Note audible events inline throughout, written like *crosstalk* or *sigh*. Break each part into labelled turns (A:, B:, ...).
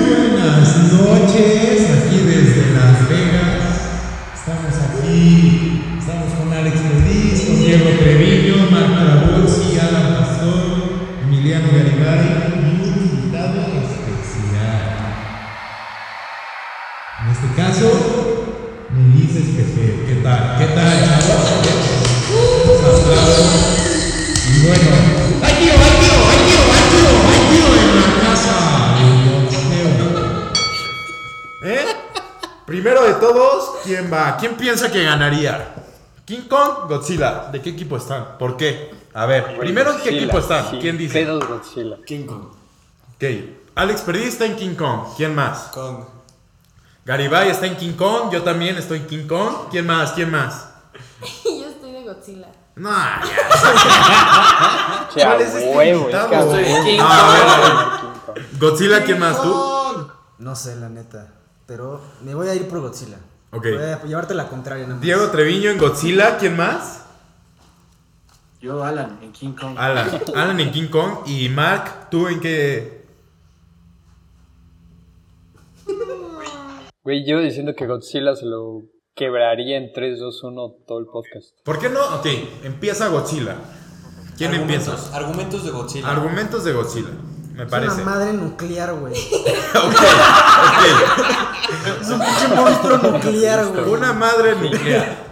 A: buenas noches, aquí desde Las Vegas. Estamos aquí, estamos con Alex Feliz, con Diego Treviño, Marta Bolsi, Alan Pastor, Emiliano Garibaldi y un invitado especial. En este caso, me dices que, que- ¿qué tal, qué tal, chavos. Aplausos. Y bueno, ¡ay, tío, ay, tío, ay, tío, ay, tío, ay, tío en la casa! del Don Mateo.
B: ¿Eh? Primero de todos, ¿quién va? ¿Quién piensa que ganaría? ¿King Kong, Godzilla? ¿De qué equipo están? ¿Por qué? A ver, primero, ¿en ¿qué
C: Godzilla,
B: equipo están?
C: sí,
B: ¿Quién dice?
C: pedos Godzilla.
D: King Kong.
B: Ok, Alex Perdi está en King Kong. ¿Quién más?
D: Kong.
B: Garibay está en King Kong. Yo también estoy en King Kong. ¿Quién más? ¿Quién más?
E: *laughs* Y yo estoy de Godzilla.
B: No, ya.
C: Che, a
B: ¿Cuál es este
C: huevo, es
B: invitado?
C: que a
B: Soy
C: huevo.
D: King
C: Ah, King Kong.
B: Godzilla, ¿quién más? ¿Tú?
F: No sé, la neta. Pero me voy a ir por Godzilla.
B: Ok.
F: Voy a llevarte la contraria, nada más.
B: Diego Treviño en Godzilla. ¿Quién más?
D: Yo, Alan, en King Kong.
B: Alan. Alan en King Kong. Y Mark, ¿tú en qué?
C: Güey, yo diciendo que Godzilla se lo quebraría en 3, 2, 1 todo el podcast.
B: ¿Por qué no? Ok, empieza Godzilla. ¿Quién empieza?
D: Argumentos- Argumentos de Godzilla.
B: Argumentos de Godzilla, me
F: Es
B: parece.
F: una madre nuclear,
B: *laughs*
F: güey.
B: Ok,
F: Es un pinche monstruo nuclear,
B: ok.
F: güey.
B: Una madre nuclear.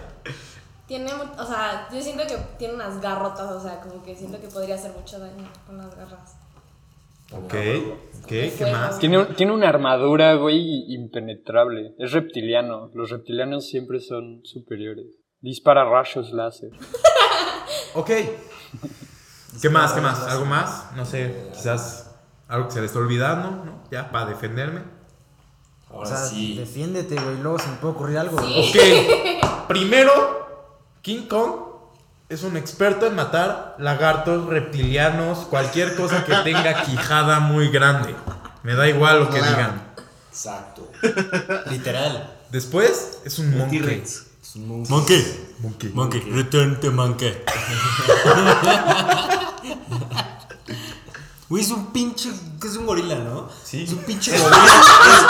E: Tiene, mu- o sea, yo siento que tiene unas garrotas, o sea, como que siento que podría hacer mucho daño con las garras.
B: Ok, ok, ¿qué más?
C: Tiene, un- tiene una armadura, güey, impenetrable. Es reptiliano. Los reptilianos siempre son superiores. Dispara rayos láser.
B: Ok. ¿Qué más? ¿Qué más? ¿Algo más? No sé, quizás algo que se le está olvidando, ¿no? Ya, para defenderme.
F: O
D: Ahora
F: sea,
D: sí.
F: defiéndete, güey. Luego se me puede ocurrir algo. güey.
B: Ok, primero, King Kong es un experto en matar lagartos, reptilianos, cualquier cosa que tenga quijada muy grande. Me da igual lo que
G: Claro.
B: digan.
D: Exacto. Literal.
B: Después, es un monkey.
D: Es un monstruo.
H: Monkey.
B: Monkey.
H: Monkey. Return to Monkey.
D: *laughs* Güey, es un pinche. que es un gorila, ¿no?
B: Sí.
D: Es un pinche gorila.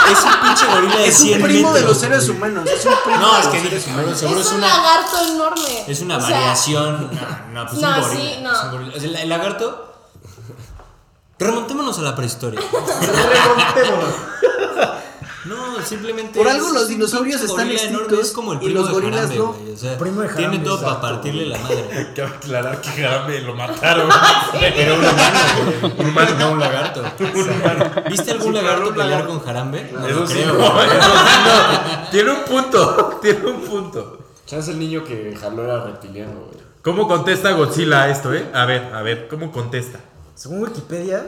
D: es, es un pinche gorila de
G: Es un
D: 100
G: primo de los
D: metros,
G: seres
D: güey.
G: humanos. Es un primo
D: No,
G: de
D: es
G: los
D: que
G: seres
D: dije, cabrón,
E: Es un
D: seguro es una.
E: lagarto enorme.
D: Es una
E: O sea, *laughs*
D: variación. No, no, pues
E: No,
D: un gorila.
E: sí, no.
D: es un gorila. Es el, el lagarto. Remontémonos a
G: *laughs*
D: la prehistoria. No, simplemente.
G: Por
D: es
G: algo los
D: un
G: dinosaurios
D: pinche
G: están
D: gorila enorme,
G: extintos
D: Es como el
G: y
D: primo
G: los
D: de
G: gorilas
D: Harambe,
G: no.
D: güey, o sea,
F: Primo de
D: tiene
F: Harambe,
D: todo para
F: exacto,
D: partirle la madre.
B: Quiero aclarar que Jarambe lo *laughs* mataron.
D: Pero un humano, güey. Un humano, no un lagarto.
G: *laughs*
D: ¿Viste algún lagarto pelear con Harambe? No lo
B: Eso sí,
D: creo.
G: *laughs*
B: no, eso sí, no. Tiene un punto, *laughs* tiene un punto.
I: Chance el niño que jaló era reptiliano, güey.
B: ¿Cómo contesta Godzilla a esto, eh? A ver, a ver, ¿cómo contesta?
F: Según Wikipedia,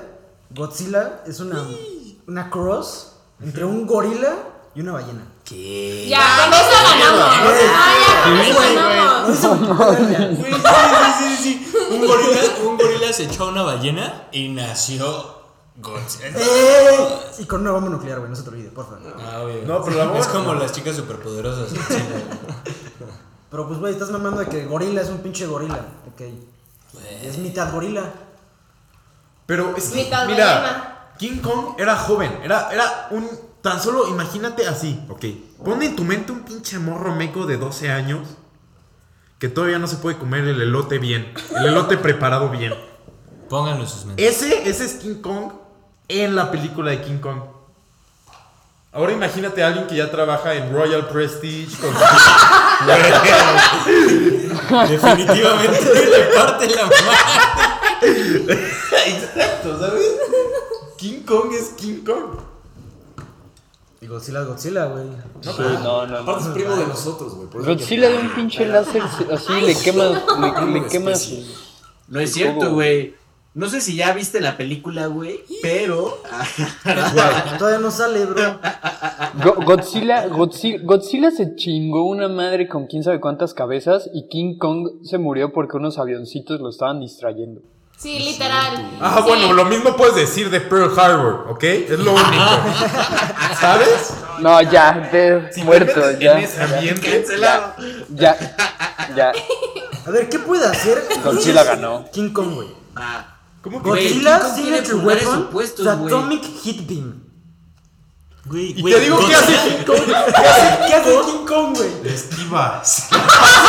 F: Godzilla es una, una cross entre un gorila y una ballena.
D: ¿Qué?
E: Ya, con eso ganamos. Ah, ya, con eso ganamos.
D: Güey, sí, sí, sí, sí. Un gorila, un gorila se echó a una ballena y nació Godzilla.
F: ¡Ey! Eh, Y con una bomba nuclear, güey. No se te olvide, por favor.
D: Ah, güey.
B: No, pero la
D: *laughs* Es
B: voz-
D: como las chicas superpoderosas. Godzilla, güey.
F: Pero pues, güey, estás mamando de que gorila es un pinche gorila. Ok. Es mitad gorila.
B: Pero es que,
E: Mitad
B: mira,
E: ballena.
B: King Kong era joven, era, era un... Tan solo imagínate así, ok. Pon en tu mente un pinche morro meco de 12 años que todavía no se puede comer el elote bien, el elote preparado bien.
D: Pónganlo en sus mentes.
B: Ese, ese es King Kong en la película de King Kong. Ahora imagínate a alguien que ya trabaja en Royal Prestige con
D: Definitivamente *laughs* le parte la madre.
B: Exacto, ¿sabes? King Kong es King Kong.
F: Y Godzilla es Godzilla, güey.
C: Sí, no, no, no.
I: Aparte es primo de nosotros, güey. por eso
C: Godzilla de un pinche láser se- así le quemas, le, le
I: de
C: quemas.
I: especie.
G: No es cierto, güey. No sé si ya viste la película, güey, pero
F: Todavía no sale, bro.
C: Go- Godzilla, Godzilla, Godzilla se chingó una madre con quién sabe cuántas cabezas y King Kong se murió porque unos avioncitos lo estaban distrayendo.
E: Sí, literal.
B: Ah,
E: Sí.
B: bueno, lo mismo puedes decir de Pearl Harbor, ¿ok? Es *laughs* lo único. ¿Sabes?
C: No, ya, de- muerto,
B: Metes
C: ya,
B: En ese ambiente.
G: cancelado.
C: ya, ya.
F: A ver, ¿qué puede hacer?
C: Godzilla ganó.
F: King Kong, güey.
G: Ah,
B: ¿Cómo que?
G: Güey,
F: Godzilla
G: King Kong tiene
F: Signature
G: pulgares
F: Weapon,
G: opuestos,
F: su
G: güey.
F: Atomic Hit Beam.
D: Güey,
B: Y
D: güey,
B: te digo que
D: Godzilla- *laughs*
B: hace King Kong.
F: ¿Qué hace King Kong, güey?
B: Le esquivas. *laughs*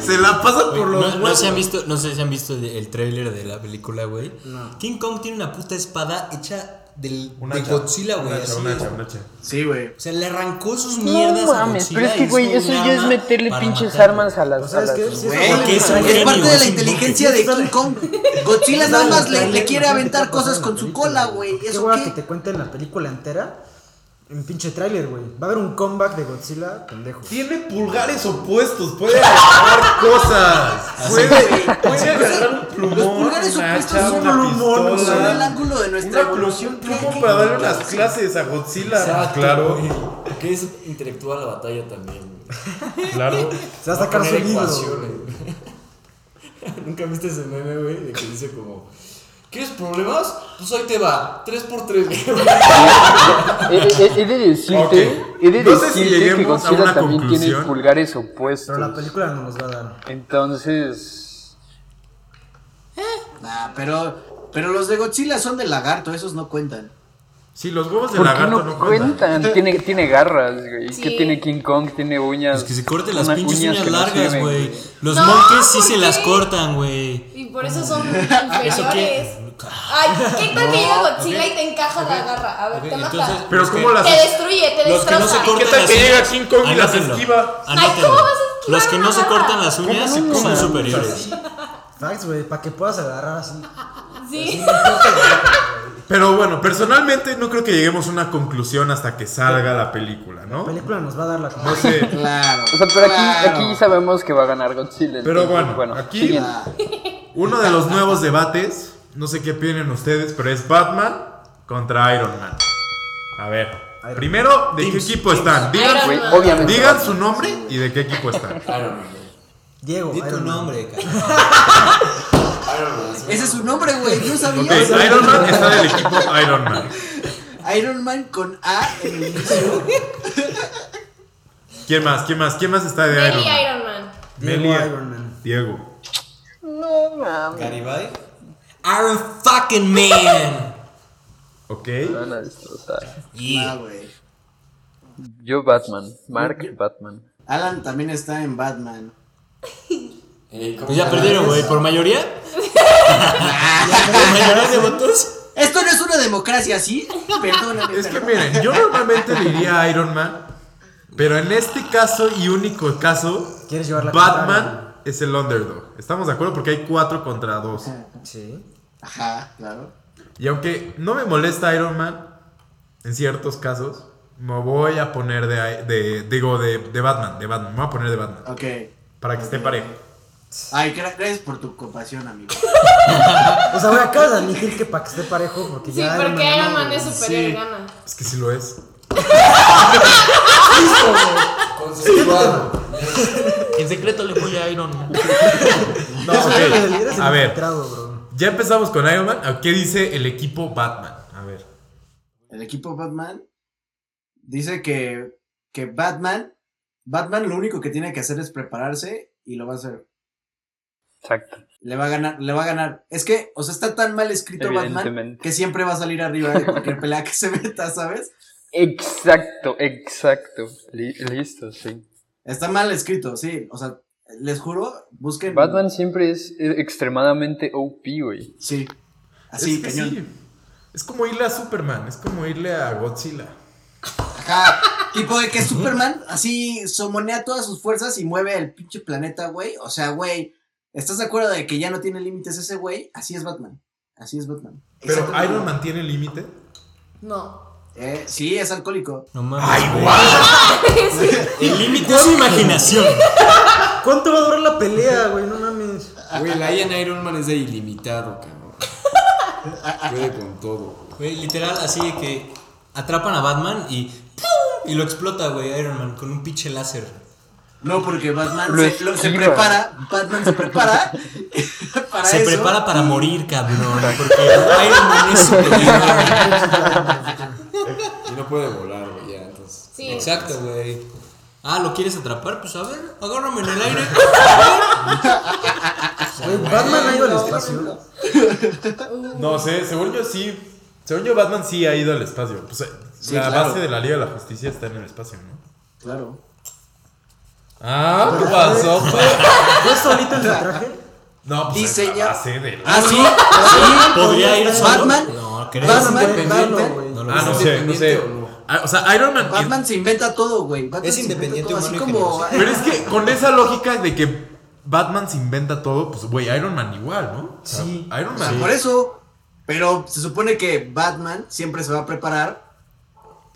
B: Se la pasa por los
D: No, no
B: huevos.
D: se han visto, no sé si han visto el, el tráiler de la película, güey. King Kong tiene una puta espada hecha del, de
B: hacha,
D: Godzilla, güey.
B: un hacha,
D: así.
B: un hacha, un hacha.
G: Sí, güey.
D: O sea, le arrancó sus
C: *laughs*
D: mierdas
C: No
D: a
C: mames,
D: Godzilla
C: pero es
D: y
C: que,
D: hizo
C: güey, eso
D: un
C: ya es
D: arma
C: meterle
D: para
C: pinches
D: matarlo.
C: armas a las.
F: Pero
C: a
F: ¿Sabes
C: las-
F: qué? Sí,
G: Güey,
F: eso
D: que
F: es
D: es
F: bueno.
D: un-
J: Es parte de la
D: es
J: inteligencia de King Kong. Godzilla nada más le, le quiere aventar cosas con su cola, güey.
F: Qué
J: ¿Eso
F: hueva que te
J: qué?
F: cuenten la película entera en pinche tráiler, güey. Va a haber un comeback de Godzilla, pendejo.
B: Tiene pulgares opuestos, puede agarrar cosas. Puede, puede agarrar un plumón.
J: Los pulgares
B: una
J: opuestos
B: hacha,
J: son
B: una
J: plumón,
B: pistola,
J: son el ángulo de nuestra
B: Una explosión
J: evolución. ¿Qué-
B: plomo
J: qué-
B: para darle unas clases a Godzilla.
D: *laughs*
B: claro,
I: Que es intelectual la batalla también, güey.
B: claro.
F: Se va a sacar su
I: Poner
F: libro.
I: ecuaciones, güey. *laughs* Nunca viste ese meme, güey, de que dice como. ¿Quieres problemas? Pues ahí te va. 3x3, güey.
C: He, *laughs* he- he de decirte,
B: Ok.
C: he de
B: No sé si
C: decirte que
B: lleguemos a
C: Godzilla
B: una
C: también tiene
B: conclusión.
C: pulgares opuestos.
F: Pero la película no nos va a dar.
C: Entonces,
J: Nah, pero, pero los de Godzilla son de lagarto, esos no cuentan.
B: Si los huevos de
C: ¿por qué
B: lagarto
C: no,
B: no, cuentan.
J: Este-
C: cuentan? Tiene, tiene garras, güey.
E: Sí.
C: ¿Qué tiene King Kong? Tiene uñas.
D: *laughs* Es que se corte las
C: una-
D: pinches uñas,
C: que no
D: largas,
C: sirven,
D: güey. Los
E: No,
D: monjes sí
E: ¿por
D: se las
E: qué?
D: cortan, güey.
E: Y por eso son inferiores.
I: Ah,
E: Ay, ¿qué tal que llega Godzilla y te encaja la garra? A ver, te mata.
D: Entonces,
B: Pero
D: los que-
B: ¿cómo las-
E: te destruye, te
D: Los que
E: destroza.
D: no se cortan
B: ¿Qué tal
D: las
B: que
D: uñas?
B: llega King Kong y las
D: Anótenlo,
B: esquiva?
E: Ay, ¿cómo
D: anótenlo.
E: vas a esquivar
D: Los que no
E: una
D: se
E: garra?
D: cortan las uñas
B: ¿Cómo no?
D: son
B: Son
D: superiores.
F: Facts, güey, para que puedas agarrar así.
E: Sí.
B: Pero bueno, personalmente no creo que lleguemos a una conclusión hasta que salga la película,
F: La
B: ¿no?
F: película nos va a dar la
B: No sé.
J: Claro.
C: O sea, pero aquí,
J: claro.
C: aquí sabemos que va a ganar Godzilla.
B: Pero
C: entonces,
B: bueno, aquí- Uno de los nuevos debates, no sé qué opinen ustedes, pero es Batman contra Iron Man. A ver, primero, ¿de qué equipo están? Digan,
C: Güey,
E: Iron Man.
C: obviamente.
B: digan su nombre y de qué
F: *laughs*
B: equipo están.
I: Iron Man, güey.
F: Diego,
D: Di tu
F: Iron Man.
D: nombre, cara.
I: Iron Man. sí.
J: Ese es su nombre,
C: *laughs*
J: güey. Yo sabía.
B: Ok, Iron Man está del equipo Iron Man.
J: Iron Man con A en el inicio.
B: ¿Quién más? ¿Quién más? ¿Quién más está de
E: Mary
B: Iron Man?
E: Iron Man.
F: Diego
B: Melia.
F: Iron Man.
B: Diego.
C: No mames.
D: Garibay. Iron fucking man.
B: Ok.
C: me van a destrozar.
J: Ah,
D: Yeah.
J: güey.
C: Yo Batman, Mark Batman.
J: Alan también está en Batman.
I: Ey, ¿cómo
D: Pues ya
I: se llama
D: perdieron, güey.
I: esa?
D: ¿Por mayoría?
J: *laughs*
D: ¿Por mayoría de votos?
J: Esto no es una democracia, ¿sí? Perdóname.
B: Es que
J: pero-
B: miren, yo normalmente diría Iron Man, pero en este caso y único caso,
F: ¿Quieres llevar la
B: Batman es el underdog. ¿Estamos de acuerdo? Porque hay cuatro contra dos.
F: Sí.
J: Ajá, claro.
B: Y aunque no me molesta Iron Man, en ciertos casos, me voy a poner de, de- digo, de, de Batman, de Batman, me voy a poner de Batman,
J: Ok.
B: para que esté parejo.
J: Ay, gra- gracias por tu compasión, amigo.
F: O sea, güey, acabas de admitir que para que esté parejo, porque
E: Sí,
F: ya.
E: porque
F: ganó,
E: Iron Man
F: güey.
E: es superior
J: Sí.
E: y gana.
B: Es que sí lo
I: *laughs*
B: es.
I: Consensuado.
D: En secreto le voy a Iron Man.
B: No,
F: Eres el-
B: ok.
F: eres el
B: A ver,
F: infiltrado, bro.
B: ya empezamos con Iron Man. ¿A ¿Qué dice el equipo Batman? A ver.
J: El equipo Batman dice que, que Batman, Batman lo único que tiene que hacer es prepararse y lo va a hacer.
C: Exacto.
J: Le va a ganar, le va a ganar. Es que, o sea, está tan mal escrito Batman
C: Evidentemente.
J: que siempre va a salir arriba de cualquier pelea que se meta, ¿sabes?
C: Exacto, exacto. Li- listo, sí.
J: Está mal escrito, sí. O sea, les juro, busquen.
C: Batman siempre es eh, extremadamente OP, güey.
J: Sí. Así,
B: es que
J: cañón.
B: sí. Es como irle a Superman, es como irle a Godzilla.
J: Ajá. Tipo de que Superman así somonea todas sus fuerzas y mueve el pinche planeta, güey. O sea, güey, ¿estás de acuerdo de que ya no tiene límites ese güey? Así es Batman. Así es Batman.
B: Pero
J: Exactamente.
B: Iron Man tiene límite.
E: No.
J: Eh, sí, es alcohólico.
D: No
I: Ah,
D: mames. ¡Ay, El límite es su imaginación.
F: ¿Cuánto va a durar la pelea, güey? No mames.
I: Güey, la I en Iron Man es de
B: *laughs*
I: ilimitado, cabrón. Puede con todo, güey.
D: Güey, literal, así de que atrapan a Batman y ¡pum! y lo explota, güey, Iron Man con un pinche láser.
J: No, porque Batman
C: Lo
J: se, lo- se
C: esquiva.
J: prepara. Batman se prepara *laughs* para
D: Se
J: eso. Mm.
D: prepara para morir, cabrón, porque Iron Man *laughs* es superior.
I: Y no puede volar, güey, ya, entonces.
E: Sí.
D: Exacto, güey. Ah, ¿lo quieres atrapar? Pues a ver, agárrame en el aire.
F: Güey, Batman ha ido al espacio.
B: No sé, según yo sí. Según yo, Batman sí ha ido al espacio. Pues, eh,
J: Sí,
B: la
J: claro.
B: base de la Liga de la Justicia está en el espacio, ¿no?
J: Claro.
I: Ah, ¿qué pasó?
F: ¿Fue solito el traje?
B: No, pues es pues, la
J: Diseña-
B: base de la...
J: Ah, sí.
D: ¿Podría ir solo?
J: Batman.
D: No, creo.
J: Batman,
F: Batman,
J: independiente.
F: güey.
D: No lo
B: Ah,
D: creo.
B: no sé, no sé. Ah, o sea, Iron Man...
J: Batman se inventa todo, güey. Batman
K: Es
J: se inventa
K: independiente,
J: todo, así
K: humano y
J: como. eh,
B: Pero es que con esa lógica de que Batman se inventa todo, pues güey, Iron Man igual, ¿no? sí. Iron Man.
J: Por eso. Pero se supone que Batman siempre se va a preparar.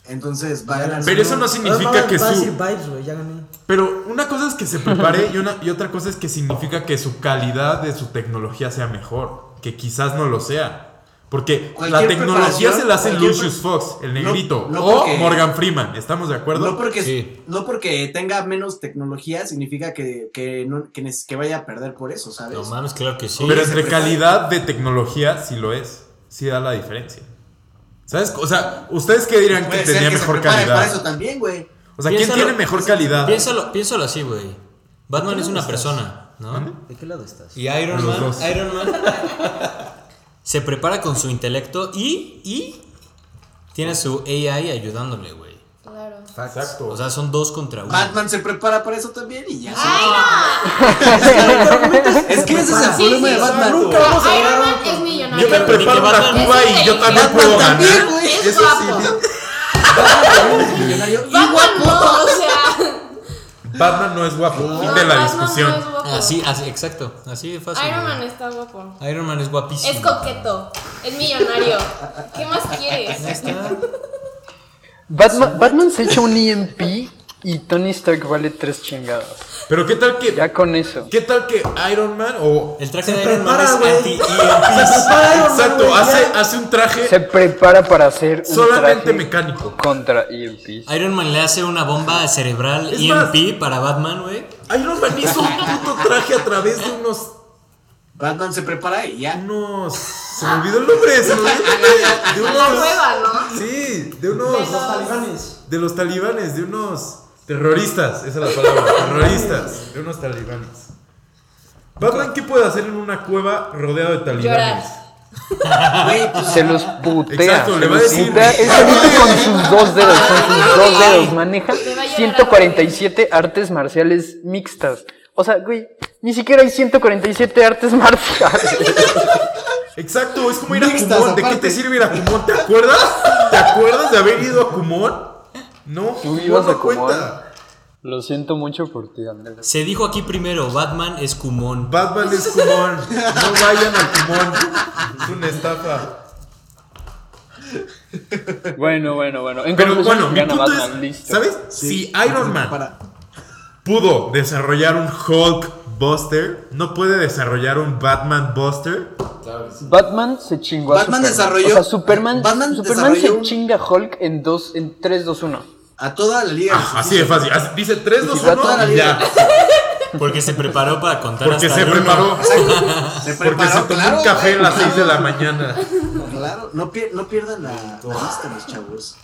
J: Entonces va a ganar.
B: Ah, Pero eso no significa que
F: Va a decir
B: su.
F: vibes, güey, ya gané.
B: Pero una cosa es que se prepare y, una, y otra cosa es que significa que su calidad de su tecnología sea mejor. Que quizás no lo sea. Porque la
J: Cualquier
B: tecnología
J: preparación,
B: se la hace
J: cualquier
B: Lucius
J: pre-
B: Fox, el negrito.
J: no
B: o
J: porque-
B: Morgan Freeman. ¿Estamos de acuerdo?
J: No porque,
D: Sí.
J: no porque tenga menos tecnología significa que, que, no- que, nes- que vaya a perder por eso, ¿sabes?
D: No mames, claro que sí.
B: Pero
J: se
B: entre
J: prepara.
B: calidad de tecnología sí lo es. Sí da la diferencia. ¿Sabes? O sea, ¿ustedes qué dirían que
J: Puede
B: tenía
J: ser que se
B: mejor
J: prepare para eso
B: calidad?
J: también, güey.
B: O sea, ¿quién
D: Piénsalo-
B: tiene mejor calidad?
D: Piénsalo, piénsalo así, güey. Batman es una persona, ¿no?
K: ¿De qué lado estás?
I: Y
B: Los
I: Iron Man,
B: dos.
I: Iron Man.
D: Se prepara con su intelecto y, y tiene su AI ayudándole, güey.
E: Claro.
B: Exacto.
D: O sea, son dos contra uno.
J: Batman se prepara para eso también y ya.
B: Ah,
E: ¡Ay,
J: Es que ese es
E: Sí,
J: el problema
E: sí,
J: de
E: sí.
J: Batman.
E: no! Iron Man es millonario.
B: Yo me preparo
D: que
B: una
D: Batman-
B: cuba y yo también
J: Batman
B: puedo
J: también,
B: ganar.
J: güey.
E: Es
B: Eso
E: guapo.
B: sí.
J: Millonario y
E: Batman
J: guapo.
E: no, o sea.
B: Batman no es guapo. Fin de
E: no,
B: la
E: Batman
B: discusión.
E: no es guapo.
D: Así, así, exacto. Así de fácil.
E: Iron
D: güey.
E: Man está guapo.
D: Iron Man es guapísimo.
E: Es coqueto. Es millonario. ¿Qué más quieres?
C: Batman, Batman se echa un EMP y Tony Stark vale tres chingadas.
B: Pero qué tal que
C: Ya con eso.
B: qué tal que Iron Man o *laughs*
D: El traje
F: Se
D: de Iron Man
F: prepara,
D: es
F: güey.
D: anti-EMPs.
F: Iron Man,
B: exacto
F: güey,
B: hace
F: ya.
B: hace un traje
C: Se prepara para hacer un
B: solamente
C: traje
B: mecánico.
C: contra E EMP.
D: Iron Man le hace una bomba cerebral
B: Es
D: EMP para Batman, güey.
B: Iron Man hizo un puto traje a través de unos
J: Batman se prepara y ya.
B: unos se me olvidó el nombre, se me olvidó el nombre. de
E: La
B: unos
E: cueva, ¿no?
B: sí, de unos
E: De los-
F: Talibanes.
B: de los talibanes, de unos terroristas, esa es
F: *laughs*
B: la palabra, terroristas, de unos talibanes. Batman qué puede hacer en una cueva rodeado de talibanes?
E: Llorar.
J: Güey, pues,
C: Se los putea.
B: Exacto,
C: se
B: le va a
C: los
B: decir-
C: putea. Es solito con sus dos dedos, con sus dos dedos. Maneja
E: Le va a llorar
C: 147 artes marciales mixtas. O sea, güey, ni siquiera hay 147 artes marciales.
B: Exacto, es como ir a
J: Mixtas,
B: Kumon. ¿De qué
J: aparte.
B: te sirve ir a Kumon? ¿Te acuerdas? ¿Te acuerdas de haber ido a Kumon? No,
C: Tú
B: Kumon
C: ibas
B: no
C: a Kumon.
B: cuenta.
C: Lo siento mucho por ti, Andrés.
D: Se dijo aquí primero, Batman es Kumon.
B: Batman es Kumon. No vayan a Kumon. Es una estafa.
C: Bueno, bueno, bueno. En
B: Pero
C: conclusión,
B: bueno, mi
C: gana
B: punto
C: Batman,
B: es,
C: listo.
B: ¿sabes? si Iron Man
J: Para.
B: pudo desarrollar un Hulk Buster, no puede desarrollar un Batman Buster.
C: Batman se chingó a
J: Batman
C: Superman.
J: desarrolló-
C: O sea, Superman,
J: Batman
C: Superman se
J: desarrolló un-
C: chinga a Hulk en, dos, en 3, 2, 1.
J: A toda la liga. de
B: Ah, así de
J: justicia.
B: fácil. Así- Dice 3, 2,
J: va toda la
B: 1 y
J: liga.
B: ya.
D: Porque se preparó para contar
B: Porque
D: hasta
B: se
D: el uno.
B: preparó.
J: Se
B: Porque se
J: preparó,
B: tomó
J: claro,
B: un café a
J: güey,
B: las 6 de la
J: claro,
B: mañana.
J: Claro, no, pier- no pierdan la, la vista, mis chavos.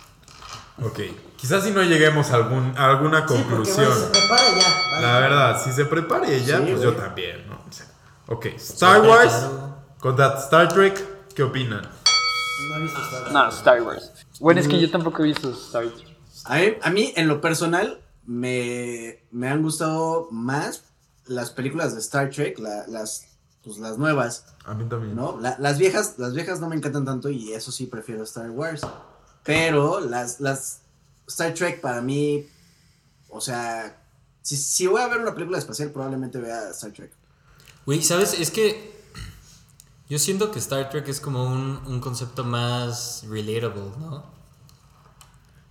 B: Ok, quizás si no lleguemos a, algún, a alguna
F: Sí, porque bueno, se
B: conclusión.
F: prepara y ya. vale.
B: la verdad, si se prepare ella,
J: Sí,
B: pues
J: güey.
B: yo también, ¿no? O sea, ok, Star Wars contra Star Trek, ¿qué opinan?
F: No he visto Star Wars.
C: No, Star Wars. Bueno, es que
D: Mm.
C: yo tampoco he visto Star Wars.
J: A mí, a mí, en lo personal, me, me han gustado más las películas de Star Trek, la- las, pues, las nuevas,
B: A mí también.
J: ¿no? La- las, viejas, las viejas no me encantan tanto y eso sí prefiero Star Wars. Pero las, las Star Trek para mí, o sea, si, si voy a ver una película espacial, probablemente vea Star Trek.
D: Güey, ¿sabes? Es que yo siento que Star Trek es como un, un concepto más relatable, ¿no?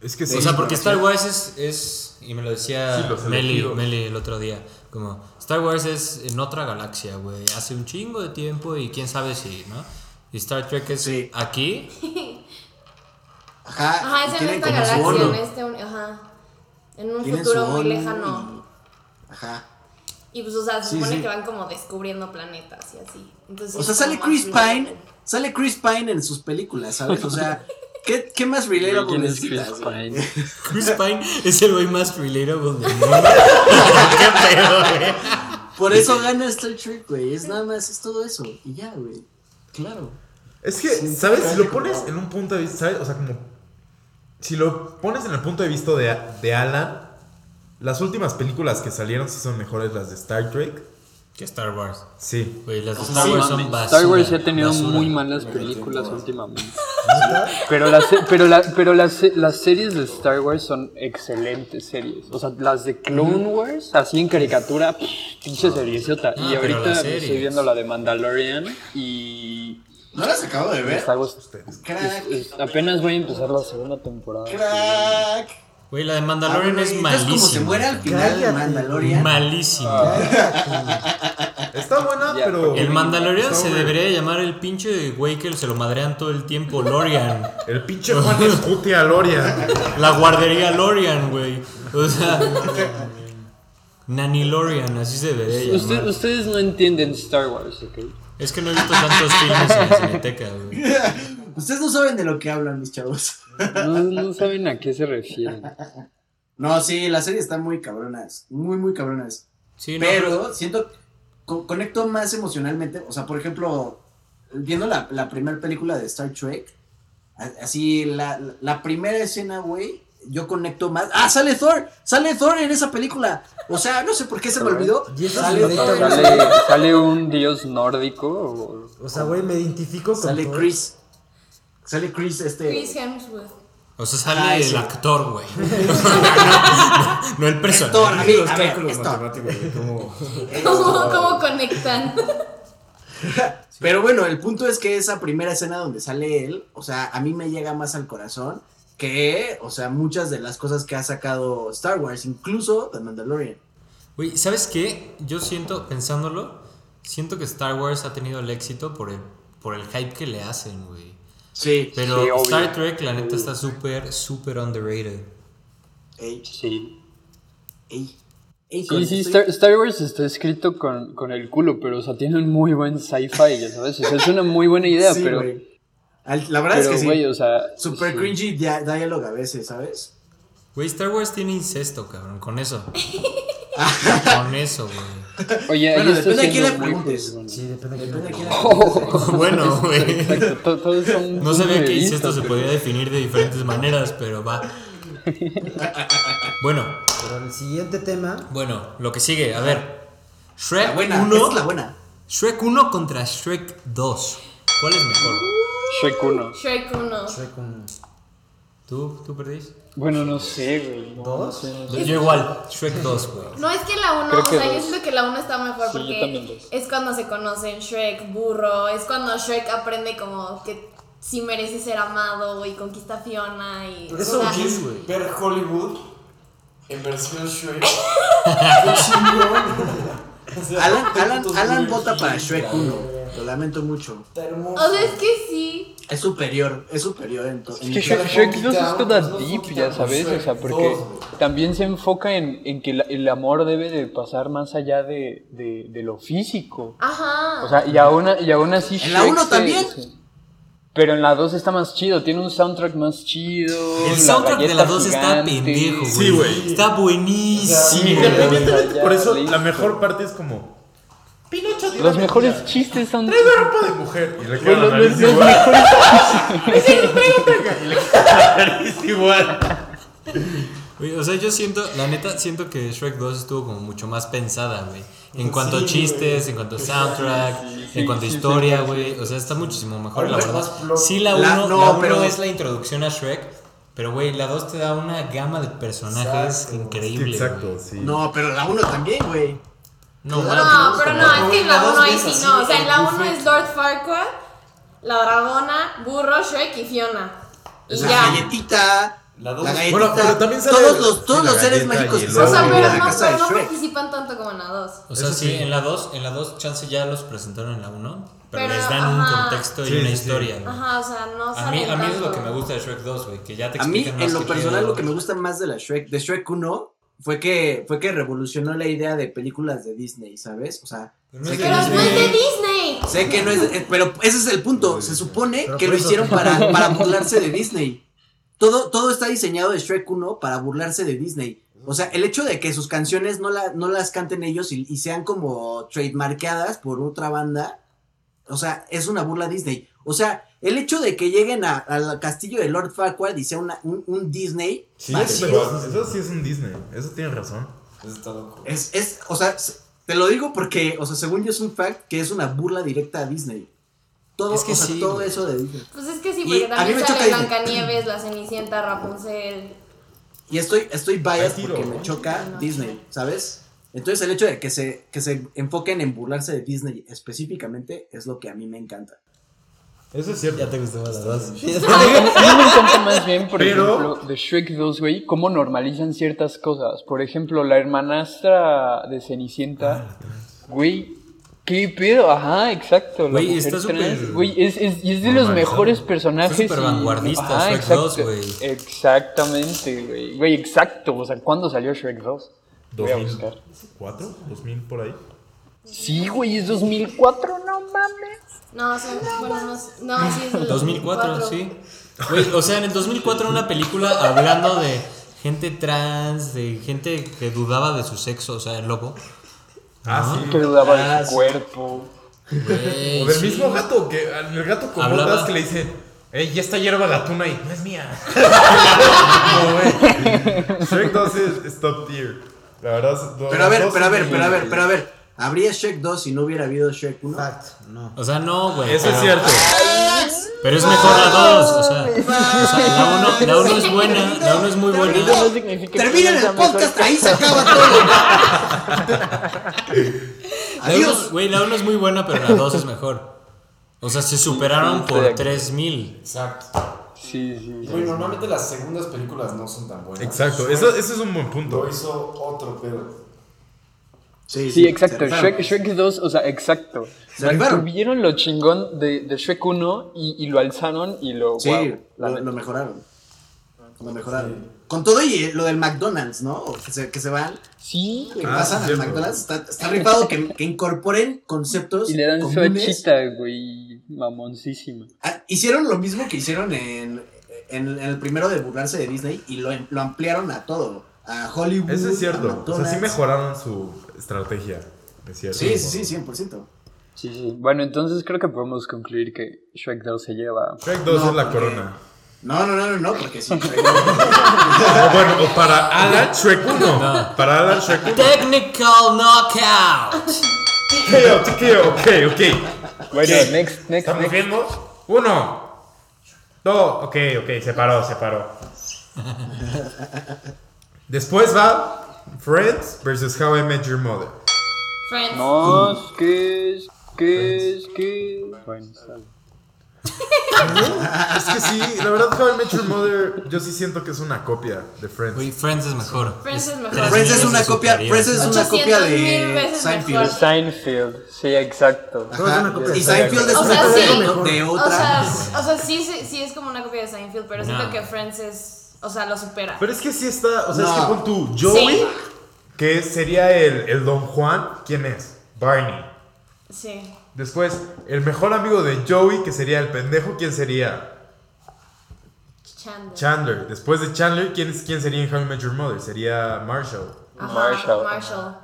B: Es que
D: o sea, porque Star Wars es, es- y me lo decía
B: Sí, los
D: Meli,
B: elegidos.
D: Meli el otro día, como Star Wars es en otra galaxia, güey, hace un chingo de tiempo y quién sabe si, ¿no? Y Star Trek es
J: Sí.
D: aquí, *laughs*
J: Ajá,
E: Ajá,
J: y
E: es en
J: tienen
E: esta
J: como su
E: galaxia, en
J: ONU,
E: este. un- Ajá. En un
J: tienen
E: futuro
J: su
E: muy
J: ONU
E: lejano.
J: y- Ajá.
E: Y pues, o sea, se
J: Sí,
E: supone
J: sí.
E: que van como descubriendo planetas y así. Entonces,
J: O sea,
E: es
J: sale
E: como más
J: Chris Pine,
E: relatable.
J: sale Chris Pine en sus películas, ¿sabes?
E: *laughs*
J: O sea, ¿qué, qué más relatable
C: ¿Quién es Chris
J: necesitas?
D: *laughs*
J: güey?
C: Pine?
D: Chris Pine es el güey más relatable del mundo. Qué pedo, güey.
J: Por eso gana Star Trek, güey. Es nada más, es todo eso. Y ya, güey. Claro.
B: Es que, ¿sabes? Si lo pones en un punto de vista, ¿sabes? O sea, como si lo pones en el punto de vista de, de Alan, las últimas películas que salieron sí son mejores las de Star Trek.
D: Que Star Wars.
B: Sí.
D: Güey, las de
C: Sí,
D: Star Wars son
C: mames.
D: basura.
C: Star Wars ha tenido
D: basura.
C: muy malas películas últimamente. Pero, las, pero, la- pero las, las series de Star Wars son excelentes series. O sea, las de Clone Wars, así en caricatura, pff, pinche seriesota.
D: Ah,
C: y
D: pero
C: ahorita
D: las
C: me
D: series.
C: estoy viendo la de Mandalorian y.
J: ¿No las acabo de
C: me
J: ver?
C: está gust-
D: Ah,
J: Crack.
C: es- es- apenas voy a empezar la segunda temporada.
J: Crack. Ah,
D: Güey, la de Mandalorian es malísima.
J: como se muere al final de
F: Cállate.
J: Mandalorian.
D: Malísima.
B: Está buena,
C: Ya,
B: pero.
D: El Mandalorian
B: Está
D: se
B: buena.
D: debería llamar el pinche güey que se lo madrean todo el tiempo, Lorian.
B: El pinche Juan es puti a Loria.
D: La guardería Lorian, güey. O sea. Nanny Lorian, así se debería
C: Usted-
D: llamar.
C: ustedes no entienden Star Wars, ¿ok?
D: Es que no he visto tantos filmes en la cineteca, güey.
J: Ustedes no saben de lo que hablan, mis chavos.
C: No, no saben a qué se refieren.
J: No, sí, la serie está muy cabronas. Muy, muy cabronas.
D: Sí, no,
J: Pero siento, co- conecto más emocionalmente. O sea, por ejemplo, viendo la, la primera película de Star Trek, a- así, la, la primera escena, güey, yo conecto más. ¡Ah, sale Thor! ¡Sale Thor en esa película! O sea, no sé por qué se me olvidó. Sale Thor. en esa-
C: ¿Sale, sale un dios nórdico? o-
F: O sea, güey, me identifico con.
J: Sale
F: todo.
J: Chris. Sale Chris, este.
E: Chris Hemsworth.
D: O sea, sale
J: Ah,
D: el
J: sí.
D: actor, güey. no, no, no el
J: Thor,
D: personaje.
J: a mí,
I: Los
J: a ver,
I: cálculos
J: es Thor.
I: matemáticos de cómo.
E: *laughs*
J: *laughs*
E: ¿Cómo, cómo conectan? *laughs*
J: Pero bueno, el punto es que esa primera escena donde sale él, o sea, a mí me llega más al corazón que, o sea, muchas de las cosas que ha sacado Star Wars, incluso The Mandalorian.
D: Güey, ¿sabes qué? Yo siento, pensándolo, siento que Star Wars ha tenido el éxito por el, por el hype que le hacen, güey.
J: Sí.
D: Pero
C: Sí, obvio.
D: Star Trek, la neta, está súper, súper underrated.
J: Ey,
C: Sí.
J: ey, ey,
C: Sí,
J: con-
C: sí,
J: estoy-
C: Star, Star Wars está escrito con, con el culo, pero o sea, tiene un muy buen sci-fi, ya sabes. O sea, es una muy buena idea,
J: Sí,
C: pero,
J: güey. Al- La verdad
C: pero
J: es que
C: güey,
J: sí.
C: o sea.
J: Super
C: sí.
J: cringy dia- diálogo a veces, ¿sabes?
D: Güey, Star Wars tiene incesto, cabrón, con
J: *laughs*
D: eso. con eso, güey.
C: Oye,
J: Bueno,
C: ahí está
J: depende de quién
C: siendo
J: le
C: muy
J: preguntes. Oh,
C: juzgón.
F: Sí, depende de quién.
J: Depende de quién-
D: Bueno, güey.
J: oh.
C: Exacto, to- todos
J: *laughs*
C: son
D: No sabía
C: puntos de
D: que incesto se
C: vista,
D: podía definir de diferentes maneras, pero va. Bueno,
F: Pero el siguiente tema.
D: bueno, lo que sigue, a ver.
J: La
D: Shrek
J: buena,
D: 1.
J: es *laughs* la buena.
D: Shrek 1 contra Shrek 2. ¿Cuál es mejor?
C: Shrek 1.
E: Shrek 1.
F: Soy con
D: ¿Tú, tú perdís?
C: Bueno, no sé, güey. no, no
F: dos.
C: sé, no sé.
D: Yo igual, Shrek 2, güey.
E: No, es que la 1,
C: Creo
E: o
C: que
E: sea, yo
C: dos.
E: siento que la 1 está mejor
C: Sí, yo también
E: porque
C: dos.
E: es cuando se conocen Shrek, burro, es cuando Shrek aprende como que sí merece ser amado y conquista a Fiona y...
I: Eso
E: o sea,
I: que es ver Hollywood en versión Shrek. Qué chingón. O sea,
J: Alan, Alan,
I: putos
J: Alan
I: güeyes.
J: vota para Shrek 1. Lo lamento mucho.
I: Está hermoso.
E: o sea, es que sí.
J: Es superior, es superior en todo.
C: Es que Shrek, Shrek 2 es toda deep, ya sabes, o sea, porque
I: Dos.
C: también se enfoca en, en que la- el amor debe de pasar más allá de, de, de lo físico.
E: Ajá.
C: O sea, y aún, y aún así
J: ¿En la
C: Shrek
J: uno
C: se-
J: también?
C: se- pero en la 2 está más chido, tiene un soundtrack más chido. la
D: El soundtrack de
C: galleta
D: la 2 está
C: gigante.
D: pendejo, güey.
B: Sí, güey.
D: Está buenísimo.
B: *laughs* Independientemente,
C: ya,
B: por eso
C: listo.
B: la mejor parte es como. Pinocho tiene
C: Los
B: una
C: mejores
B: mentira.
C: chistes son...
B: Trae una ropa de mujer. Y le queda
C: Güey,
B: la
C: los-
B: nariz
C: los- los
B: igual. *laughs*
C: mejores-
B: Y le queda la nariz igual.
D: Güey, O sea, yo siento, la neta, siento que Shrek 2 estuvo como mucho más pensada, güey. En cuanto a chistes, en cuanto a soundtrack, en cuanto a historia, güey. O sea, está muchísimo mejor, la verdad. Sí, la 1
J: La- no, pero-
D: es la introducción a Shrek. Pero, güey, la 2 te da una gama de personajes increíble. güey.
B: Exacto, sí.
J: No, pero la 1 también, güey.
D: No,
E: No,
D: mames.
E: pero no, es que en la
I: dos
E: 1 ahí
I: veces
E: sí
I: así,
E: no. O sea, en la
I: el
E: 1
I: buffet.
E: es Lord Farquaad, la dragona, burro, Shrek y Fiona. Y
J: La
E: ya.
J: galletita.
I: La
J: La,
I: dos.
J: galletita.
B: Bueno, pero también sale-
J: todos los, todos
B: sí, la
J: los seres
B: galleta
J: mágicos
B: y
J: que
B: el
J: se
E: O sea,
J: van
B: lobo.
J: a
E: pero
J: la
E: no,
J: casa
E: pero
J: de
E: no
J: Shrek.
E: participan tanto como en la 2.
D: O sea,
B: Eso
D: sí,
B: sí.
D: en la 2, en la 2 chance ya los presentaron en la 1, pero,
E: Pero,
D: les dan un
E: ajá.
D: contexto y
B: Sí,
D: una
B: sí, sí.
D: historia. güey.
E: Ajá, o sea, no
D: A mí,
E: salen
D: a mí es lo
E: tanto.
D: que me gusta de Shrek 2, güey, que ya te
J: A mí,
D: explican más
J: en lo
D: qué
J: personal,
D: pedo.
J: lo que me gusta más de la Shrek, de Shrek 1, fue que, fue que revolucionó la idea de películas de Disney, ¿sabes? O sea,
D: Pero no
J: sé
D: es
J: que
E: Pero
J: no
E: no
J: es
E: es
J: de-
E: de Disney.
J: sé que no es, eh, pero ese es el punto. Se supone
F: Pero
J: que
F: por
J: lo
F: eso-
J: hicieron para, para burlarse de Disney. Todo, todo está diseñado de Shrek 1 para burlarse de Disney. O sea, el hecho de que sus canciones no, la- no las canten ellos y, y sean como trademarkeadas por otra banda, o sea, es una burla a Disney. O sea, El hecho de que lleguen a- al castillo de Lord Farquaad y sea una- un, un Disney.
B: Sí,
J: vacío,
B: pero eso sí es un Disney. Eso tiene razón.
I: Eso está loco.
J: es, es, o sea, s- te lo digo porque, o sea, según yo es un fact que es una burla directa a Disney. Todo,
D: Es que
J: o sea,
D: sí,
J: todo
D: güey.
J: eso de Disney.
E: Pues es que sí,
J: Y
E: porque
J: a mí
E: también
J: me
E: sale
J: choca
E: Blancanieves, la Cenicienta, Rapunzel.
J: Y estoy, estoy biased
B: Tranquilo,
J: porque
B: ¿no?
J: me choca Disney, ¿sabes? Entonces el hecho de que se, que se enfoquen en burlarse de Disney específicamente es lo que a mí me encanta.
B: Eso es cierto.
D: Ya te gustaban las dos.
C: A mí me encanta más bien, por
B: Pero-
C: ejemplo, de Shrek 2, güey, cómo normalizan ciertas cosas. Por ejemplo, la hermanastra de Cenicienta, güey, qué pedo, ajá, exacto. la
D: Güey,
C: mujer
D: está súper
C: trans, Güey, es, es, y es de los
B: normalizado.
C: mejores personajes.
D: Está súper
C: y-
D: vanguardista
C: ajá,
D: Shrek
C: exacto,
D: 2, güey.
C: Exactamente, güey. Güey, exacto. O sea, ¿cuándo salió Shrek 2? Voy a buscar.
B: ¿2004? ¿2000 por ahí?
C: Sí, güey, es 2004, no mames.
E: No, son, bueno, no, sé- no, sí es el
D: 2004, sí. Güey, o sea, en el 2004 una película hablando de gente trans, de gente que dudaba de su sexo, o sea, el lobo.
B: Ah, sí.
C: Que dudaba de su cuerpo.
D: Güey,
B: O del
D: sí.
B: mismo gato, que el gato con
D: Hablaba-
B: botas que le dice, ey, y esta hierba gatuna y no es *laughs* mía. no, *laughs* güey. Shrek 2 es, es top tier. La verdad, es-
J: Pero a ver,
B: dos
J: pero a ver,
B: son
J: pero a ver,
B: muy-
J: pero a ver. ¿Habría Shrek 2 si no hubiera habido Shrek 1?
F: Fact, no.
D: O sea, no, güey.
B: Eso es
D: pero-
B: cierto.
D: Pero es mejor la 2, o sea, o sea, la 1 la uno es buena, la 1 es muy buena.
C: Eso no significa que
J: Terminen
C: no sea
J: el
C: mejor.
J: podcast, ahí se acaba todo.
D: La uno-
J: Adiós.
D: Güey, la 1 es muy buena, pero la 2 es mejor. O sea, se superaron
C: estoy de
D: por
C: acuerdo.
D: 3000.
I: Exacto.
C: Sí, sí.
I: Güey, normalmente las segundas películas no son tan buenas.
B: Exacto,
I: Shrek
B: eso, eso es un buen punto.
I: Lo hizo otro pedo.
C: Sí,
J: se
C: exacto.
J: rifaron.
C: Shrek, Shrek 2, o sea, exacto.
J: Se rifaron.
C: Tuvieron lo chingón de, de Shrek 1 y, y lo alzaron y lo.
J: Sí,
C: guau, la
J: lo,
C: neta.
J: lo mejoraron. Lo mejoraron. Con todo y eh, lo del McDonald's, ¿no? O Que se, que se van,
C: Sí,
J: que
C: güey.
B: Ah,
J: pasan al
B: cierto.
J: McDonald's. Está, está rifado que, que incorporen conceptos
C: Y le dan su
J: comunes.
C: hechita, güey. Mamoncísima.
J: Ah, Hicieron lo mismo que hicieron en, en- en el primero de burlarse de Disney y lo, lo ampliaron a todo. A Hollywood.
B: Eso es
J: a
B: cierto. O sea,
J: McDonald's.
B: sí mejoraron su estrategia. Es cierto.
J: Sí, sí, sí, 100%.
C: Sí, sí. Bueno, entonces creo que podemos concluir que Shrek 2 se lleva.
B: Shrek 2
J: No,
B: es la
J: porque-
B: corona.
J: No, no, no, no, no,
C: *laughs*
J: porque sí.
B: O bueno, o para Alan Shrek 1. Para Alan Shrek 1.
D: Technical knockout.
B: TKO, TKO, ok, ok.
C: Bueno, next, next,
B: ¿Estamos
C: next.
B: viendo? Uno, dos, ok, ok, se paró, se paró. Después va Friends versus How I Met Your Mother.
E: Friends.
C: No, es que es. que
J: Pues.
C: es que. Bueno, está bien.
B: Es que sí, la verdad, How I Met Your Mother, yo sí siento que es una copia de
D: Güey,
B: Friends.
D: Friends es mejor.
E: Friends es mejor.
D: tres
J: Friends es
D: niveles
J: una
D: de
J: copia,
D: superioridad.
J: Friends es una
E: 800
J: copia
E: mil
J: de
E: veces
J: Seinfeld.
E: mejor.
C: Seinfeld, sí, exacto.
F: Todo es una
J: Ajá.
F: copia de
J: Y Seinfeld es
E: O
J: una
E: sea,
J: copia
E: sí.
J: de- de
E: O
J: otra.
E: sea, o sea sí, sí, sí es como una copia de Seinfeld, pero
D: No.
E: siento que Friends es, o sea, lo supera.
B: Pero es que sí está, o sea, es
J: No.
B: que con tu Joey,
E: Sí.
B: que sería el, el Don Juan, ¿quién es? Barney.
E: Sí.
B: Después, el mejor amigo de Joey, que sería el pendejo, ¿quién sería?
E: Chandler.
B: Chandler. Después de Chandler, ¿quién, es, quién sería en How I Met Your Mother? Sería Marshall.
E: Ajá,
C: Marshall.
E: Marshall.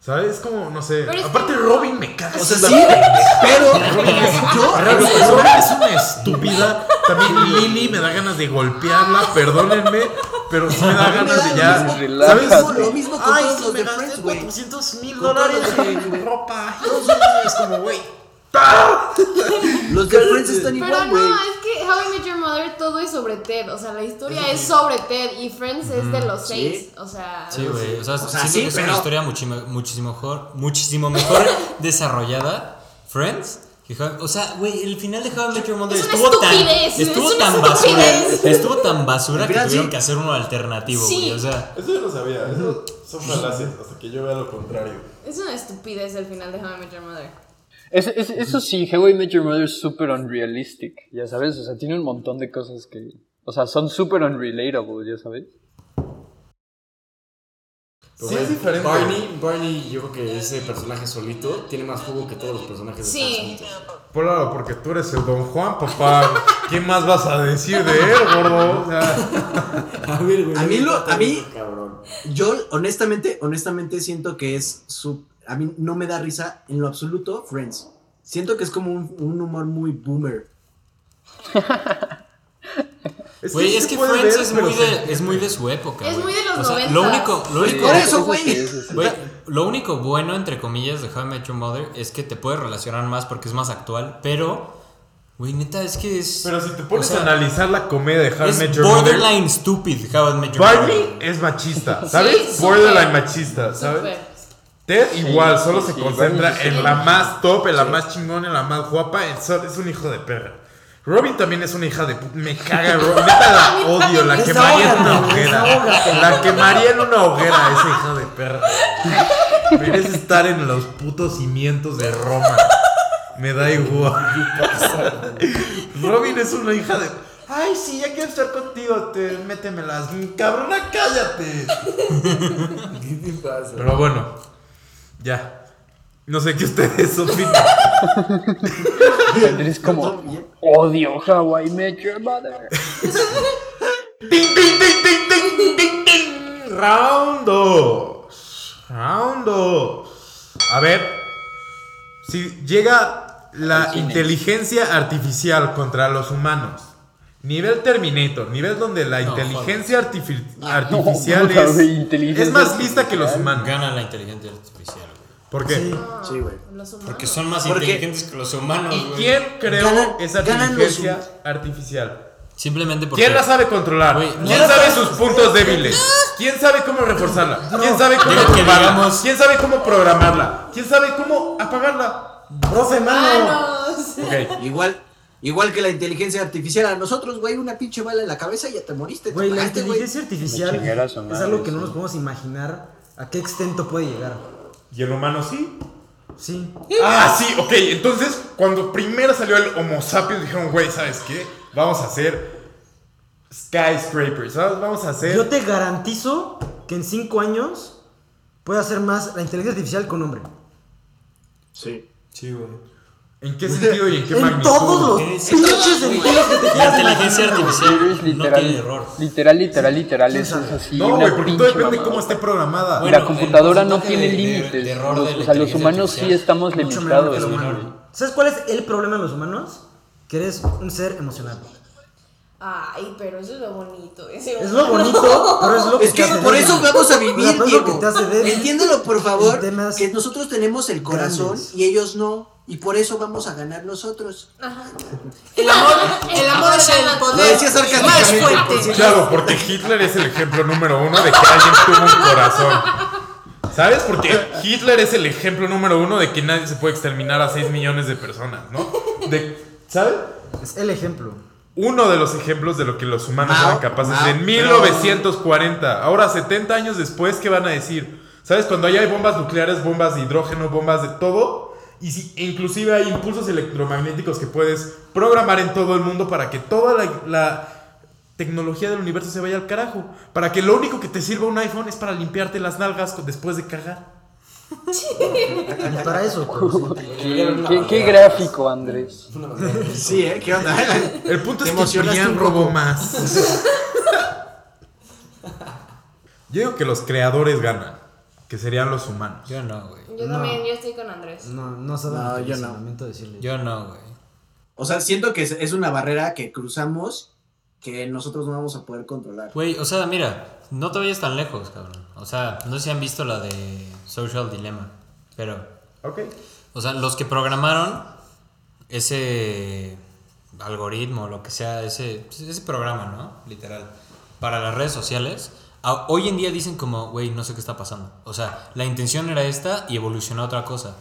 B: ¿Sabes? Es como, no sé.
E: Pero es
B: Aparte,
E: que-
B: Robin me caga.
J: O sea, sí, pero yo
B: Robin es una estúpida. También Lily me da ganas de golpearla, perdónenme. Pero sí me da ganas de ya.
C: Relájate.
B: ¿Sabes?
J: lo mismo con
B: Ay,
J: todos
B: sí,
J: los
B: me
J: de
B: gasté
J: Friends, güey.
B: 400 mil
J: Con
B: dólares
J: todos los de-
B: en ropa. Es como, güey.
J: Los de Friends están
E: Pero
J: igual,
E: no,
J: güey.
E: es que How I Met Your Mother todo es sobre Ted. O sea, la historia es sobre Ted y Friends es de los seis. O sea,
D: Sí, güey. O sea,
J: sea,
D: siento
J: sí,
D: que es
J: pero-
D: una historia muchísimo, muchísimo mejor, muchísimo mejor *laughs* desarrollada. Friends. que How- O sea, güey, el final de How I Met Your Mother
E: Es una
D: estuvo tan,
E: estupidez, es
D: estuvo
E: una
D: tan basura,
E: estupidez.
D: estuvo tan basura que
J: Mira,
D: tuvieron
J: sí.
D: que hacer uno alternativo,
E: Sí.
D: güey. O sea,
H: Eso yo no sabía, eso son falacias, hasta que yo vea lo contrario.
E: es una estupidez el final de How I Met Your Mother.
C: Es- es- eso sí, How I Met Your Mother es súper unrealistic, ya sabes, o sea, tiene un montón de cosas que, o sea, son súper unrelatable, ya sabes.
B: Sí, es diferente.
I: Barney, Barney, yo creo que ese personaje solito tiene más jugo que todos los personajes de
E: Sí.
I: Friends juntos.
B: Claro, porque tú eres el Don Juan, papá. *laughs* ¿Qué más vas a decir de él, gordo? O sea,
I: A ver, güey.
J: A mí lo- a mí-
I: Cabrón.
J: Yo honestamente, honestamente siento que es su a mí no me da risa en lo absoluto Friends. Siento que es como un, un humor muy boomer.
B: Es
D: Güey,
B: sí
D: es
B: se
D: que
B: puede
D: Friends
B: ver,
D: es,
B: pero
D: muy
B: se
D: de,
B: entiende.
D: es muy de su época.
E: Es
D: güey.
E: muy de los
D: o sea, Lo
E: 90s.
D: único, lo único,
J: Por eso, güey.
D: güey, lo único bueno, entre comillas, de How I Met Your Mother es que te puedes relacionar más porque es más actual, pero, güey, neta, es que es.
B: Pero si te pones
D: o sea,
B: a analizar la comedia de How I Met
D: es
B: Your Mother,
D: borderline stupid How I Met Your
B: Barney
D: Mother.
B: es machista, ¿sabes?
E: súper.
B: borderline machista, ¿sabes?
E: Súper.
B: Ted igual,
C: sí,
B: solo
C: sí,
B: se concentra
C: Barney
E: sí.
B: en la más top, en la más chingona, en la más guapa. en so- Es un hijo de perra. Robin también es una hija de puta. Me caga Robin. Neta la odio, la quemaría en una hoguera. La quemaría en una hoguera, esa hija de perra. Merece estar en los putos cimientos de Roma. Me da igual. Robin es una hija de. Ay, sí, ya quiero estar contigo. Te, métemelas. Cabrona, cállate.
I: ¿Qué te pasa?
B: Pero bueno, ya. No sé qué ustedes opinan.
D: *laughs*
C: Es como odio How I Met Your Mother.
B: ¡Ting, ting, ting, ting, ting, ting, ting! Round 2. Round 2. A ver. Si llega la inteligencia artificial contra los humanos. Nivel Terminator, nivel donde la inteligencia artifi- artificial
C: puta, güey,
B: es,
C: inteligencia
B: es más lista que los humanos.
D: Gana la inteligencia artificial, güey.
B: ¿Por qué?
J: Sí, güey.
E: Los humanos.
D: Porque son más
J: Porque-
D: inteligentes que los humanos,
B: ¿Y
D: güey.
B: quién creó
J: Ganan-
B: esa
J: ganan los
B: inteligencia artificial?
D: Simplemente porque.
B: ¿Quién la sabe controlar?
D: Güey,
B: ¿Quién
D: no.
B: sabe sus puntos débiles? ¿Quién sabe cómo reforzarla? ¿Quién sabe cómo
D: Digo que
B: turbarla?
D: digamos-
B: ¿Quién sabe cómo programarla? ¿Quién sabe cómo apagarla?
F: Profe,
B: Ah,
F: mano.
E: Humanos.
B: Ok.
J: Igual, igual que la inteligencia artificial a nosotros, güey, una pinche bala en la cabeza y ya te moriste. te
F: Güey, la
J: mataste, güey.
F: inteligencia artificial
C: Me chingará su
F: es
C: madre,
F: algo que no
C: sí.
F: nos podemos imaginar a qué extento puede llegar.
B: ¿Y el humano sí?
F: Sí.
B: Ah, sí, ok. Entonces, cuando primero salió el Homo sapiens, dijeron, güey, ¿sabes qué? Vamos a hacer skyscrapers. ¿sabes? Vamos a hacer.
F: Yo te garantizo que en cinco años puede hacer más la inteligencia artificial con hombre.
J: Sí.
B: ¿En qué sentido y en qué
F: En
B: magnitud?
F: todos los
D: Es-
F: pinches sentidos que te
D: La
F: quieras
D: inteligencia
F: imaginar, güey.
C: Series
D: artificial no
C: literal,
D: tiene error.
C: literal, literal, literal,
F: ¿Quién
C: es,
F: sabe?
C: es así.
B: No,
C: una
B: güey, porque todo
C: pinche
B: depende de
C: mamada.
B: cómo esté programada.
D: Bueno,
C: la computadora
D: el
C: no tiene
D: porcentaje de- de-
C: límites.
D: de error
C: Los-
D: de la
C: o sea, los
D: inteligencia
C: humanos sí
D: artificial.
C: estamos
F: Mucho menor
C: limitados.
F: que el
C: güey.
F: humano. ¿Sabes cuál es el problema de los humanos? Que eres un ser emocional.
E: Ay, pero eso es lo bonito. Es,
F: Es
J: *laughs*
F: lo bonito, pero es lo que
J: Es que
F: te hace
J: por
F: débil.
J: eso vamos a
F: O sea,
J: vivir,
F: pero es lo que
J: Diego.
F: te hace débil.
J: Entiéndelo, por favor,
F: En temas
J: que nosotros tenemos el corazón
F: grandes.
J: y ellos no. Y por eso vamos a ganar nosotros.
E: El *laughs* amor, el amor es el
J: Lo decía sarcásticamente. por cierto.
B: Claro, porque Hitler es el ejemplo número uno de que alguien tuvo un corazón. ¿Sabes? Porque Hitler es el ejemplo número uno de que nadie se puede exterminar a 6 millones de personas, ¿no? De, ¿Sabes?
F: Es el ejemplo.
B: Uno de los ejemplos de lo que los humanos
J: Mao,
B: eran capaces
J: Mao,
B: en 1940. Ahora, 70 años después, ¿qué van a decir? ¿Sabes? Cuando ahí hay bombas nucleares, bombas de hidrógeno, bombas de todo. Y si, e inclusive hay impulsos electromagnéticos que puedes programar en todo el mundo para que toda la, la tecnología del universo se vaya al carajo. Para que lo único que te sirva un iPhone es para limpiarte las nalgas con- después de cagar.
F: Y para eso, pues, sí.
C: ¿Qué, qué- qué gráfico, Andrés?
J: Sí, ¿eh? ¿Qué onda? *laughs*
B: El punto
J: Te
B: es que
J: emocionaste
B: Brian
J: un poco.
B: robó más. Yo digo que los creadores ganan, que serían los humanos.
D: Yo no, güey.
E: Yo también, yo estoy con Andrés.
F: No, no sabe
J: No,
F: lo que
J: yo
F: es,
J: no.
F: lamento decirle.
D: Yo no, güey.
J: O sea, siento que es- es una barrera que cruzamos que nosotros no vamos a poder controlar.
D: Güey, o sea, mira, no te vayas tan lejos, cabrón. O sea, no sé si han visto la de Social Dilemma, pero,
B: Ok.
D: o sea, los que programaron ese algoritmo, lo que sea, ese, ese programa, ¿no? Literal, para las redes sociales, a- hoy en día dicen como, güey, no sé qué está pasando. O sea, la intención era esta y evolucionó a otra cosa.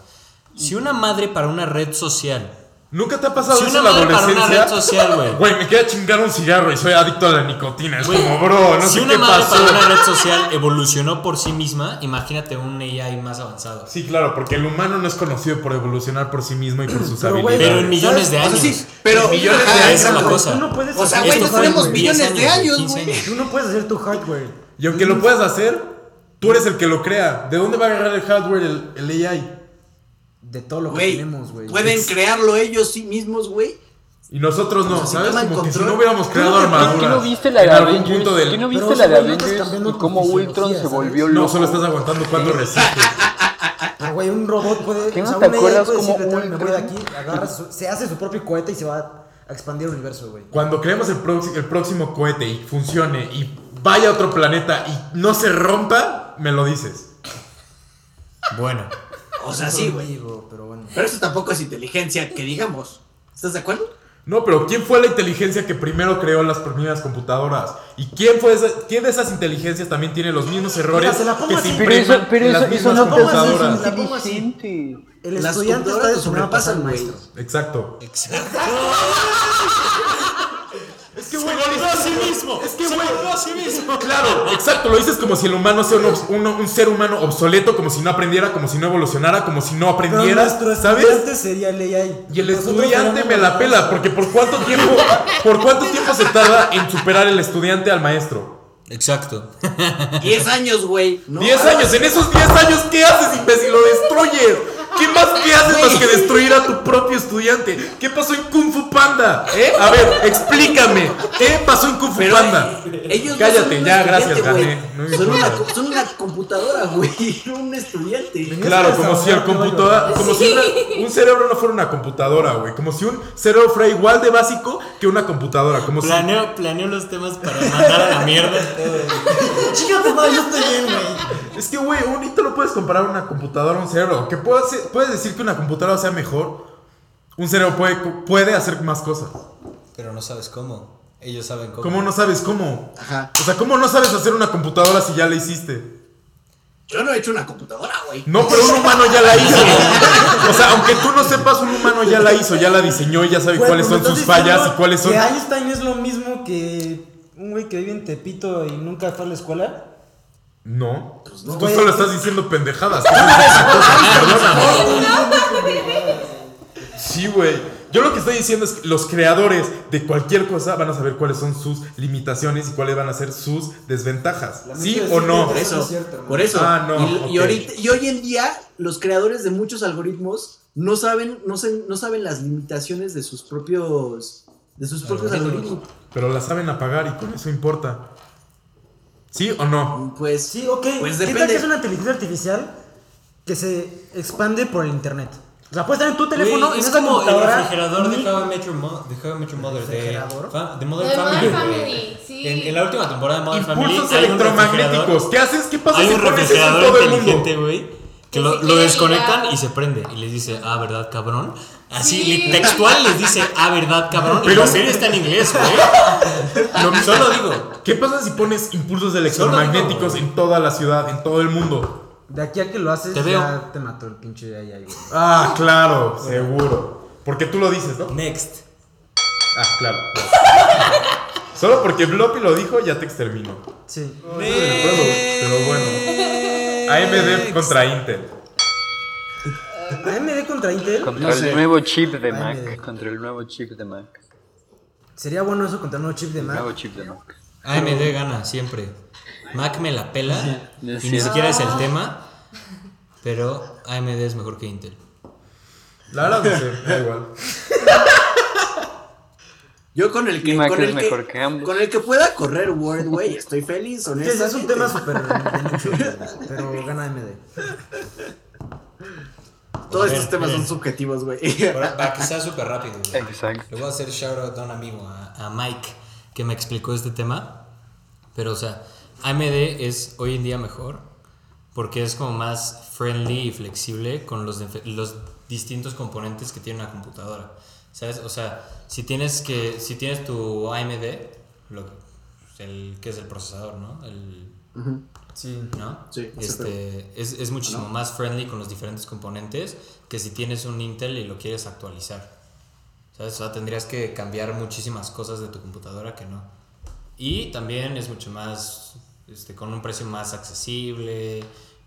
D: Si una madre para una red social,
B: ¿Nunca te ha pasado
D: si una
B: eso en la
D: madre para
B: adolescencia?
D: una red social,
B: *laughs*
D: güey.
B: Güey, me queda chingar un cigarro y soy adicto a la nicotina. Es
D: Güey,
B: como, bro, no
D: si
B: sé
D: una
B: qué
D: madre
B: pasó.
D: para una red social evolucionó por sí misma, imagínate un AI más avanzado.
B: Sí, claro, porque el humano no es conocido por evolucionar por sí mismo y por sus
F: Pero, güey,
B: habilidades.
D: Pero en millones de
J: O sea,
D: años.
J: sí, pero
B: millones de
J: Ajá,
B: años,
D: Esa es la
J: exacto.
D: cosa.
F: Tú no puedes
J: O sea,
F: hacer
J: güey,
F: tu
J: no
D: fue
J: tenemos
F: hardware.
D: en
J: millones
D: 10
J: de años,
D: 15
J: güey.
F: Tú no puedes hacer tu hardware.
B: Y aunque lo puedas hacer, tú eres el que lo crea. ¿De dónde va a agarrar el hardware el, el AI?
F: De todo lo que
J: Güey,
F: tenemos, güey.
J: pueden crearlo ellos sí mismos, güey.
B: Y nosotros no,
J: O sea, si
B: ¿sabes?
J: toman
B: Como que si
J: control.
B: no hubiéramos creado armaduras.
C: ¿Qué no viste la de
B: en algún
C: Avengers?
B: punto del...
C: ¿Qué no
F: Pero,
C: viste la de
F: güey, no estás
C: Avengers?
F: cambiando
C: Y cómo
F: tu
C: Ultron se
F: fisiología,
C: volvió
B: No,
C: loco.
F: *laughs*
B: solo estás aguantando cuando resistes.
F: Ah, güey, un robot puede.
C: ¿Qué
F: o
C: no
F: sea,
C: te
F: una IA
C: acuerdas
F: puede
C: cómo
F: decirle, "Tal, me voy de
C: Ultron?
F: aquí, agarra su- se hace su propio cohete y se va a expandir el universo, güey.
B: Cuando creemos el, proxi- el próximo cohete y funcione y vaya a otro planeta y no se rompa, me lo dices.
D: Bueno.
J: O sea, sí, güey.
F: Digo, pero bueno.
J: Pero eso tampoco es inteligencia, que digamos. ¿Estás de acuerdo?
B: No, pero ¿quién fue la inteligencia que primero creó las primeras computadoras? ¿Y quién fue esa- quién de esas inteligencias también tiene los mismos errores
F: se la pongo
B: que
F: así.
B: se
C: Pero
B: imprimen
C: eso, pero
B: en
C: eso,
B: las
C: eso
B: mismas
C: no pasa
B: computadoras?
F: la pongo así.
C: inteligente.
F: El
J: Las
F: estudiante está
J: computadoras
F: de
J: te
F: su mano pasa al
J: sobrepasan, güey.
F: maestro.
B: Exacto. Es que, güey,
I: a sí mismo.
B: Es que,
I: Se
B: güey.
I: guardó a sí mismo.
B: Claro, exacto, lo dices como si el humano sea un, obs- uno- un ser humano obsoleto, como si no aprendiera, como si no evolucionara, como si no
F: Pero
B: aprendiera,
F: nuestro
B: ¿sabes?
F: estudiante sería el AI.
B: Y el
F: Nosotros
B: estudiante
F: seríamos
B: me la
F: los
B: pela,
F: maestros.
B: porque por cuánto tiempo, por cuánto tiempo se tarda en superar el estudiante al maestro.
D: Exacto.
J: 10 años, güey. No,
B: 10 años, en esos 10 años, ¿qué haces, imbécil? Lo destruyes. ¿Qué más que haces más que destruir a tu propio estudiante? ¿Qué pasó en Kung Fu Panda? ¿Eh? A ver, explícame. ¿Qué pasó en Kung Fu Panda?
J: Ellos no
B: Cállate,
J: son un
B: ya,
J: estudiante,
B: gracias, gané.
J: güey.
B: No me
J: son,
B: importa.
J: una, son una computadora, güey. *laughs* No un estudiante.
B: Claro, como si el computadora, como si
E: Sí.
B: una- un cerebro no fuera una computadora, güey, como si un cerebro fuera igual de básico que una computadora, como si
D: Planeo, planeo los temas para mandar a la mierda.
F: Chica, tu madre, yo estoy bien, güey.
B: es que güey, un tú no puedes comparar una computadora a un cerebro, que puedes, puedes decir que una computadora sea mejor, un cerebro puede, puede hacer más cosas.
D: Pero no sabes cómo. Ellos saben cómo.
B: ¿Cómo no sabes cómo?
J: Ajá.
B: O sea, ¿cómo no sabes hacer una computadora si ya la hiciste?
J: Yo no he hecho una computadora, güey.
B: No, pero un humano ya la hizo. O sea, aunque tú no sepas, un humano ya la hizo, ya la diseñó, y ya sabe
F: Güey,
B: cuáles
F: pero
B: son
F: me
B: sus
F: estás diciendo
B: fallas y cuáles son
F: Que Einstein es lo mismo que un güey que vive en Tepito y nunca fue a la escuela.
B: No. Tú
F: Pues güey.
B: solo estás diciendo
F: *laughs*
B: pendejadas. Tú no dices cosas, perdóname. *laughs* Sí, güey. Yo lo que estoy diciendo es que los creadores de cualquier cosa van a saber cuáles son sus limitaciones y cuáles van a ser sus desventajas. ¿Sí
F: Lamento
B: o
F: decirte,
B: no?
J: Por
F: pero
J: eso,
F: no es cierto,
J: por
F: ¿no?
J: eso.
B: Ah, no,
J: y, y
B: ok.
J: ahorita- y hoy en día, los creadores de muchos algoritmos no saben, no saben, no saben las limitaciones de sus propios, de sus propios algoritmos.
B: Pero la saben apagar y con eso importa. ¿Sí o no?
J: Pues
F: Sí, ok.
J: Pues
F: ¿Qué tal
J: depende.
F: que es una inteligencia artificial que se expande por el internet? O sea, puedes estar en tu teléfono
D: Güey,
F: y
D: es
F: en esa
D: como el
F: computadora.
D: refrigerador de
F: mil-
D: How I Met Your, Mo- de How I Met Your Mother. De,
F: ¿Refrigerador?
D: fa- de Modern
E: De
D: Family.
E: Modern
D: güey.
E: Family, sí.
D: En, en la última temporada de Modern Family.
B: Impulsos
D: hay un
B: electromagnéticos.
D: refrigerador-
B: ¿Qué haces? ¿Qué pasa
D: Hay
B: si
D: un
B: pones eso en
D: refrigerador
B: todo el mundo?
D: inteligente, güey. Que
E: Que
D: lo,
E: se
D: lo
E: quiere
D: desconectan
E: ligar.
D: y se prende. Y les dice, ah, ¿verdad, cabrón?
E: Sí.
D: Así, li- textual les dice, ah, ¿verdad, cabrón? Pero
B: Pero-
D: la serie está en inglés, güey.
B: Lo mismo-
D: Solo digo.
B: ¿Qué pasa si pones impulsos electromagnéticos en toda la ciudad, en todo el mundo?
F: De aquí a que lo haces,
D: Te veo.
F: ya te mató el pinche de ahí, ahí, güey.
B: Ah, claro, seguro. Porque tú lo dices, ¿no?
D: Next.
B: Ah, claro. Solo porque Bloppy lo dijo, ya te exterminó.
F: Sí.
B: No es el juego, pero bueno. AMD contra Intel. *laughs*
F: AMD contra Intel.
C: Contra el nuevo chip de
F: Ay,
C: Mac.
F: mire.
C: Contra el nuevo chip de Mac.
F: Sería bueno eso contra un nuevo chip de
C: El
F: Mac.
C: nuevo chip de Mac.
D: AMD Ah, gana siempre. Mac me la pela.
C: Ya es
D: y ni
C: cierto.
D: siquiera es el tema. Pero AMD es mejor que Intel.
B: La verdad no sé, da igual.
J: Yo con el que,
C: Mac
J: con
C: es
J: el
C: mejor que ambos.
J: con el que pueda correr Word, güey, estoy feliz,
F: Sí, ese es
J: honestamente.
F: un tema súper de nicho, güey, pero gana AMD.
J: Todos estos temas son subjetivos, güey.
D: *laughs* Para, que sea súper rápido.
C: Exacto.
D: Le voy a hacer shout out a un amigo, a, a Mike, que me explicó este tema. Pero, o sea, AMD es hoy en día mejor porque es como más friendly y flexible con los, defe- los distintos componentes que tiene una computadora. ¿Sabes? O sea, si tienes, que, si tienes tu AMD, lo, el que es el procesador, ¿no? El,
F: Sí.
D: ¿no?
J: Sí,
D: este, es, es muchísimo más friendly con los diferentes componentes que si tienes un Intel y lo quieres actualizar. ¿Sabes? O sea, tendrías que cambiar muchísimas cosas de tu computadora que no. Y también es mucho más, este, con un precio más accesible,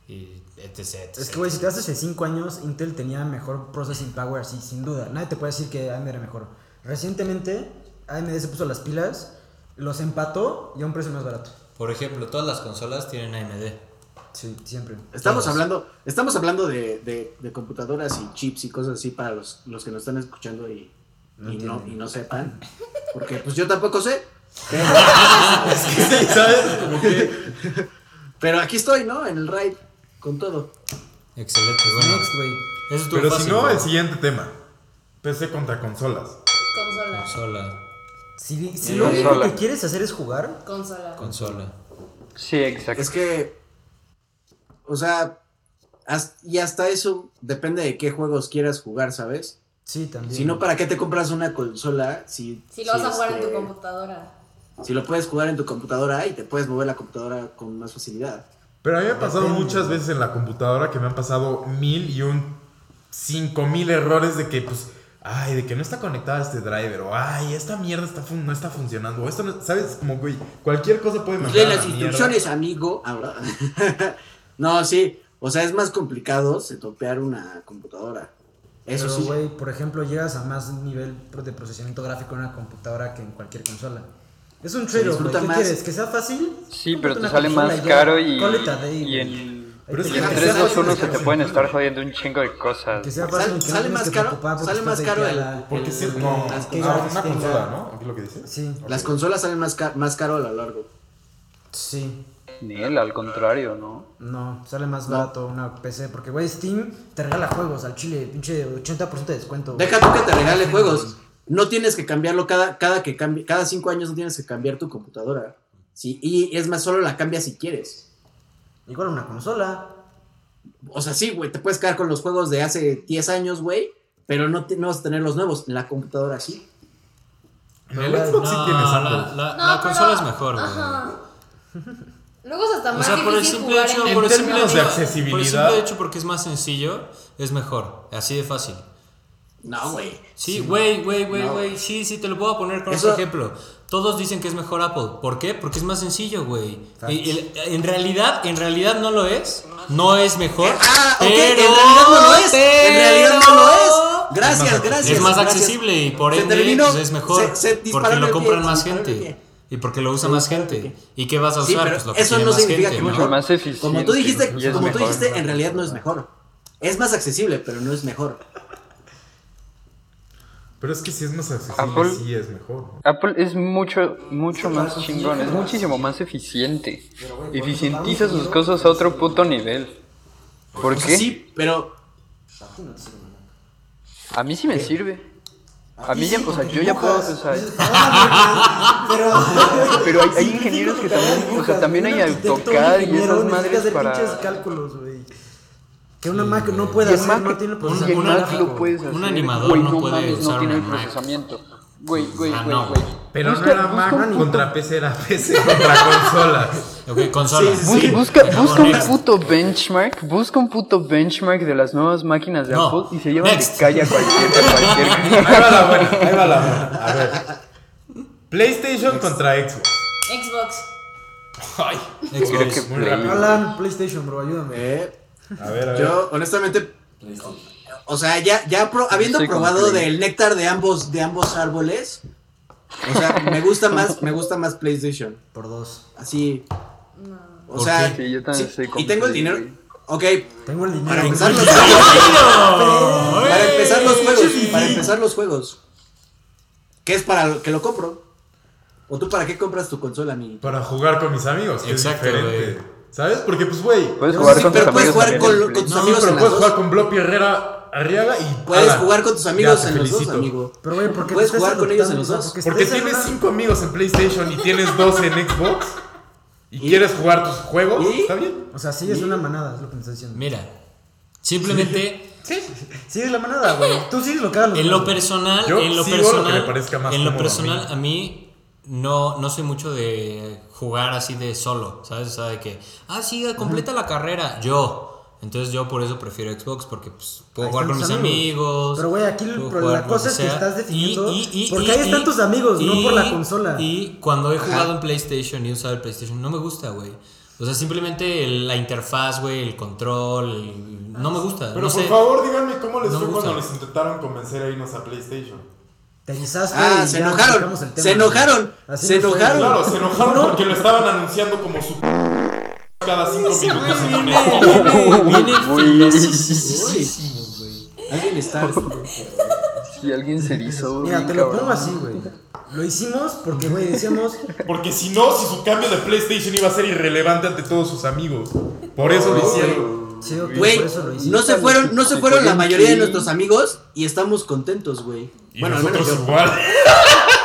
D: y etc.
F: Es
D: etc.
F: que, güey, si te das hace 5 años, Intel tenía mejor processing power, sí, sin duda. Nadie te puede decir que AMD era mejor. Recientemente, AMD se puso las pilas, los empató y a un precio más barato.
D: Por ejemplo, todas las consolas tienen AMD.
F: Sí, siempre.
J: *laughs* Estamos
D: Todos.
J: hablando, estamos hablando de, de- de computadoras y chips y cosas así para los, los que nos están escuchando y, y no, y no sepan. Porque pues yo tampoco sé. Pero,
B: Sí, ¿sabes? Como que-
J: pero aquí estoy, ¿no? En el raid, con todo.
D: Excelente, bueno.
F: Next, güey.
D: Eso estuvo
B: Pero
D: fácil.
B: si no,
D: güey.
B: el siguiente tema. PC contra consolas.
E: Consola.
D: Consola.
F: Si, si
D: Sí,
F: lo único
C: consola.
F: que quieres hacer es jugar,
E: Consola.
D: Consola.
C: Sí, exacto.
J: Es que, o sea, has- y hasta eso depende de qué juegos quieras jugar, ¿sabes?
F: sí, también.
J: Si no, ¿para qué te compras una consola? Si,
E: Si lo vas a jugar en tu
J: este,
E: computadora.
J: Si lo puedes jugar en tu computadora y te puedes mover la computadora con más facilidad.
B: Pero a mí me ha pasado muchas veces en la computadora que me han pasado mil y un cinco mil errores de que, pues, ay, de que no está conectada este driver, o ay, esta mierda está fun- no está funcionando, o esto no, ¿sabes? Como, güey, cualquier cosa puede mandar.
J: Lee
B: a la
J: las
B: mierda.
J: instrucciones, amigo. Ahora. *laughs* no, sí. O sea, es más complicado se topear una computadora. Eso
F: Pero,
J: sí.
F: güey, por ejemplo, llegas a más nivel pro- de procesamiento gráfico en una computadora que en cualquier consola. Es un trade-off, güey.
J: disfruta
F: ¿Qué
J: más.
F: quieres? ¿Que sea fácil?
C: Sí,
F: Cómprate
C: pero te
F: una
C: sale
F: consola
C: más
F: ya.
C: caro y,
F: Call it a day,
C: y
F: güey.
C: en,
B: Pero es
F: Ahí
B: que
F: te
C: en
B: la
F: quedas.
C: tres
B: sea
C: más
B: fácil,
C: uno
B: que
C: se te
B: sea
C: pueden
B: fácil.
C: estar jodiendo un chingo de
F: Que
C: cosas.
F: sea
J: Sal-
F: fácil. que no
J: sale
F: tengas
J: más
F: que
J: caro,
F: preocupar por
J: sale
F: tus
J: más
F: cosas
J: caro
F: de
J: el-
F: la-
B: Porque si,
F: el-
B: no,
J: las
B: ah,
F: consolas
B: una
F: tengan-
B: consola, ¿no? ¿Qué es lo que dices?
F: Sí.
B: Ok.
J: Las consolas salen más, ca- más caro a lo largo.
F: Sí.
C: Ni él, al contrario, ¿no?
F: No, sale más
J: No.
F: barato una PC. Porque, güey, Steam te regala juegos al chile. Pinche 80% de descuento. güey.
J: Deja tú que te regale juegos. No tienes que cambiarlo cada, cada que cambie, cada cinco años no tienes que cambiar tu computadora. Sí, y es más, solo la cambias si quieres.
F: Igual una consola.
J: O sea, sí, güey, te puedes quedar con los juegos de hace 10 años, güey, pero no, te- no vas a tener los nuevos. En la computadora sí.
B: En el Xbox sí tienes
D: la,
B: ambos.
D: la-
E: No,
D: la
E: pero-
D: consola es mejor, güey.
E: Ajá. Luego es hasta
D: O
E: más
D: sea, por el
E: difícil
D: simple
E: jugar
D: hecho,
E: en
D: por el
B: En
D: simple
B: términos de
D: hecho-
B: accesibilidad.
D: Por el simple hecho, porque es más sencillo, es mejor. Así de fácil.
J: No, güey.
D: Sí, güey, güey, güey,
J: No.
D: güey. Sí, sí, te lo puedo poner con
J: Eso-
D: otro ejemplo. Todos dicen que es mejor Apple. ¿Por qué? Porque es más sencillo, güey. Y el- En realidad, en realidad no lo es. No es mejor.
J: Ah, ok, en
D: pero-
J: realidad no lo es. En realidad no lo es.
B: Es más
J: Gracias, gracias.
D: Es más
J: gracias.
D: accesible y por
J: Se
D: ende
J: terminó,
D: pues, es mejor.
J: se- se
D: porque
J: dispararon
D: lo
J: el
D: compran
J: pie,
D: más
J: se dispararon el
D: gente.
J: pie.
D: Y porque lo usa
J: Se
D: más
J: dispararon el
D: gente.
J: pie.
D: ¿Y qué vas a
J: Sí,
D: usar?
J: pero
D: pues lo que
J: eso
D: tiene
J: no
D: más
J: significa
D: gente,
J: que
D: ¿no?
J: mucho
C: Mucho más eficiente.
J: Como tú dijiste,
C: y es
J: como tú
C: mejor.
J: dijiste, en realidad no es mejor. Es más accesible, pero no es mejor.
B: Pero es que si es más accesible,
C: Apple-
B: sí es mejor. ¿no?
C: Apple es mucho, mucho más chingón, es muchísimo más eficiente. Eficientiza sus cosas a otro puto nivel. ¿Por
J: O sea,
C: qué?
J: Pues sí, pero
C: A mí sí me sirve. A mí ya, o sea,
F: porque
C: yo ya puedo, o
F: dibujas.
C: sea,
F: Ah, Pero,
C: *laughs* pero hay, hay
F: Sí,
C: ingenieros que
F: digo,
C: también,
F: cabrón,
C: o sea, también
F: un
C: hay
F: arquitecto, un
C: AutoCAD y
F: ingeniero,
C: esas
F: necesita
C: madres
F: hacer
C: para...
F: pinches cálculos, güey. Que una Mac no puede
C: Y en
F: hacer,
C: Mac,
F: no tiene
C: un, y en
F: procesamiento
D: una-
C: Mac
F: gráfico.
C: lo puedes
D: un
C: hacer.
D: animador
C: güey,
D: no puede
C: mames,
D: usar
C: no tiene
D: una
C: el
D: Mac.
C: procesamiento. Güey, güey,
D: Ah,
C: güey,
D: no,
C: güey.
D: güey.
B: Pero no
C: Busca-
B: era
C: busca un
B: Mac
C: puto-
B: contra PC, *laughs* era PC contra consolas.
D: Ok, consola.
J: Sí,
C: Bus-
J: sí,
C: busca busca un
D: next.
C: puto benchmark, busca un puto benchmark de las nuevas máquinas de
D: No.
C: Apple y se llevan de
D: Next.
C: calle a cualquier, a cualquier
B: Ahí va la buena, ahí va la buena. A ver.
C: *laughs*
B: PlayStation contra Xbox.
E: Xbox.
C: Creo *laughs* que
D: Xbox.
B: Muy
C: Play-
B: rápido.
F: Alan, PlayStation, bro, ayúdame.
J: eh,
B: A ver, a ver.
J: yo honestamente o sea, ya ya pro- habiendo
C: Estoy
J: probado
C: completo.
J: del néctar de ambos de ambos árboles, o sea, me gusta más me gusta más PlayStation,
F: Por dos.
J: así. O
D: ¿Por
J: sea,
C: qué? Sí, yo también
J: sí,
C: soy
J: y tengo
C: completo,
J: el dinero.
C: güey.
J: Ok,
F: Tengo el
J: para
F: dinero.
J: empezar los Para empezar los juegos, para empezar los juegos. ¿Qué es para lo que lo compro? ¿O tú para qué compras tu consola, mi?
B: Para jugar con mis amigos. que
D: Exacto,
B: es diferente. ¿Sabes? Porque, pues, güey.
C: Puedes jugar
J: Sí,
C: con tus
J: pero puedes
C: amigos también
J: jugar con
C: en
J: lo-
C: Play.
J: con tus
B: No,
J: amigos
B: pero
J: en
B: puedes
J: las
B: jugar
J: dos.
B: con Bloppy Herrera Arriaga y.
J: Puedes
B: ala,
J: jugar con tus
B: ya
J: amigos
B: te
J: en los dos,
B: felicito.
J: amigo.
F: Pero, güey, ¿por qué
J: Puedes
F: te estás
J: jugar con ellos en
F: adoptando?
J: los
F: O sea,
J: dos.
B: Porque
F: estás en
B: tienes
F: una-
B: cinco amigos en PlayStation y tienes dos en Xbox y, quieres jugar tus juegos,
J: ¿Y?
B: ¿está bien?
F: O sea, sí es una manada, es lo que me estás diciendo.
D: Mira, simplemente
F: Sí es la manada, güey. Tú sigues lo que hagan los
D: en lo
F: demás.
D: personal,
B: Yo
D: en lo
B: sigo lo
D: personal,
B: que me parezca más
D: en lo
B: cómodo a
D: personal a mí no no soy mucho de jugar así de solo, ¿sabes? O sea, de que ah, sí, completa la carrera yo. Entonces yo por eso prefiero Xbox porque pues, puedo
F: Ahí
D: jugar con
F: están
D: mis
F: tus
D: amigos.
F: amigos. Pero, güey, aquí el
D: puedo
F: pro-
D: jugar
F: la
D: con
F: cosa
D: lo
F: es que
D: sea.
F: estás definiendo porque ahí están tus amigos, no por la consola.
D: Y cuando he jugado en PlayStation y he usado el PlayStation no me gusta, güey. O sea, simplemente el- la interfaz, güey, el control, el- no me gusta.
B: Pero
D: Ah, no
B: por
D: sé.
B: favor, díganme cómo les
D: No me
B: fue cuando
D: gusta.
B: les intentaron convencer a irnos a PlayStation.
F: Te guisaste
J: Ah,
F: y
J: se
F: ya
J: enojaron.
F: sacamos el tema.
J: Se enojaron.
F: Así
J: Se
F: no fue,
J: enojaron.
B: Claro, se enojaron porque lo estaban anunciando como su. cada cinco minutos.
D: Viene
J: Alguien está.
C: Si alguien se hizo,
F: Mira, te lo pongo así, güey. Lo hicimos porque, güey, decíamos,
B: Porque si no, si su cambio de PlayStation iba a ser irrelevante ante todos sus amigos. Por eso lo hicieron.
F: Sí, ok,
J: Güey,
F: por eso lo hice.
J: no se fueron, no se
F: Te
J: fueron la
F: querían
J: mayoría de
F: chingar.
J: nuestros amigos y estamos contentos, güey.
B: Y
J: al menos
B: nosotros
J: yo.
B: igual. *laughs*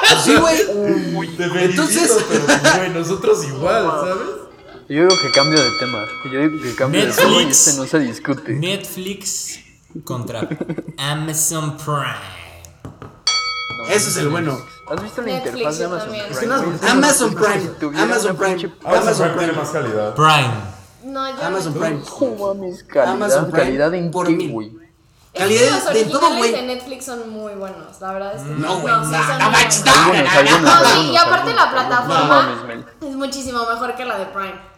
J: Pues sí, güey.
F: *laughs*
B: Uy, te felicito,
J: Entonces-
B: pero pues, güey, nosotros
J: *laughs*
B: igual, ¿sabes?
C: Yo digo que cambio de tema. Yo digo que cambio de tema y
D: Netflix.
C: este no se discute.
D: Netflix contra Amazon Prime.
C: No,
J: Ese es
C: Netflix.
J: el bueno.
C: ¿Has visto la
E: Netflix,
C: interfaz de
E: yo
C: Amazon
E: también.
C: Prime?
E: Es que
F: unas
C: güey?
F: bolitas
J: Amazon
C: Como si
J: Prime.
C: tuviera
J: Amazon
C: una pinche
J: Prime.
B: Ah,
H: Amazon
J: Amazon
H: Prime tiene
J: Prime.
H: más calidad.
D: Prime.
E: No, yo
J: Amazon Prime.
C: No mames, calidad,
J: Amazon Prime
C: calidad en
J: por
C: qué,
J: mil.
C: güey.
E: Es que
J: Calidad
E: los
J: de todo,
E: originales
J: güey.
E: de Netflix son muy buenos, la verdad es que
J: No, güey. No,
E: sí
J: no,
E: son
J: no,
E: muy
J: manches,
E: buenos.
J: no, no,
C: Algunos, algunos,
J: no, no,
E: No, sí,
C: algunos,
E: y aparte
C: algunos.
E: la plataforma-
C: No mames, Mel.
E: Es muchísimo mejor que la de Prime.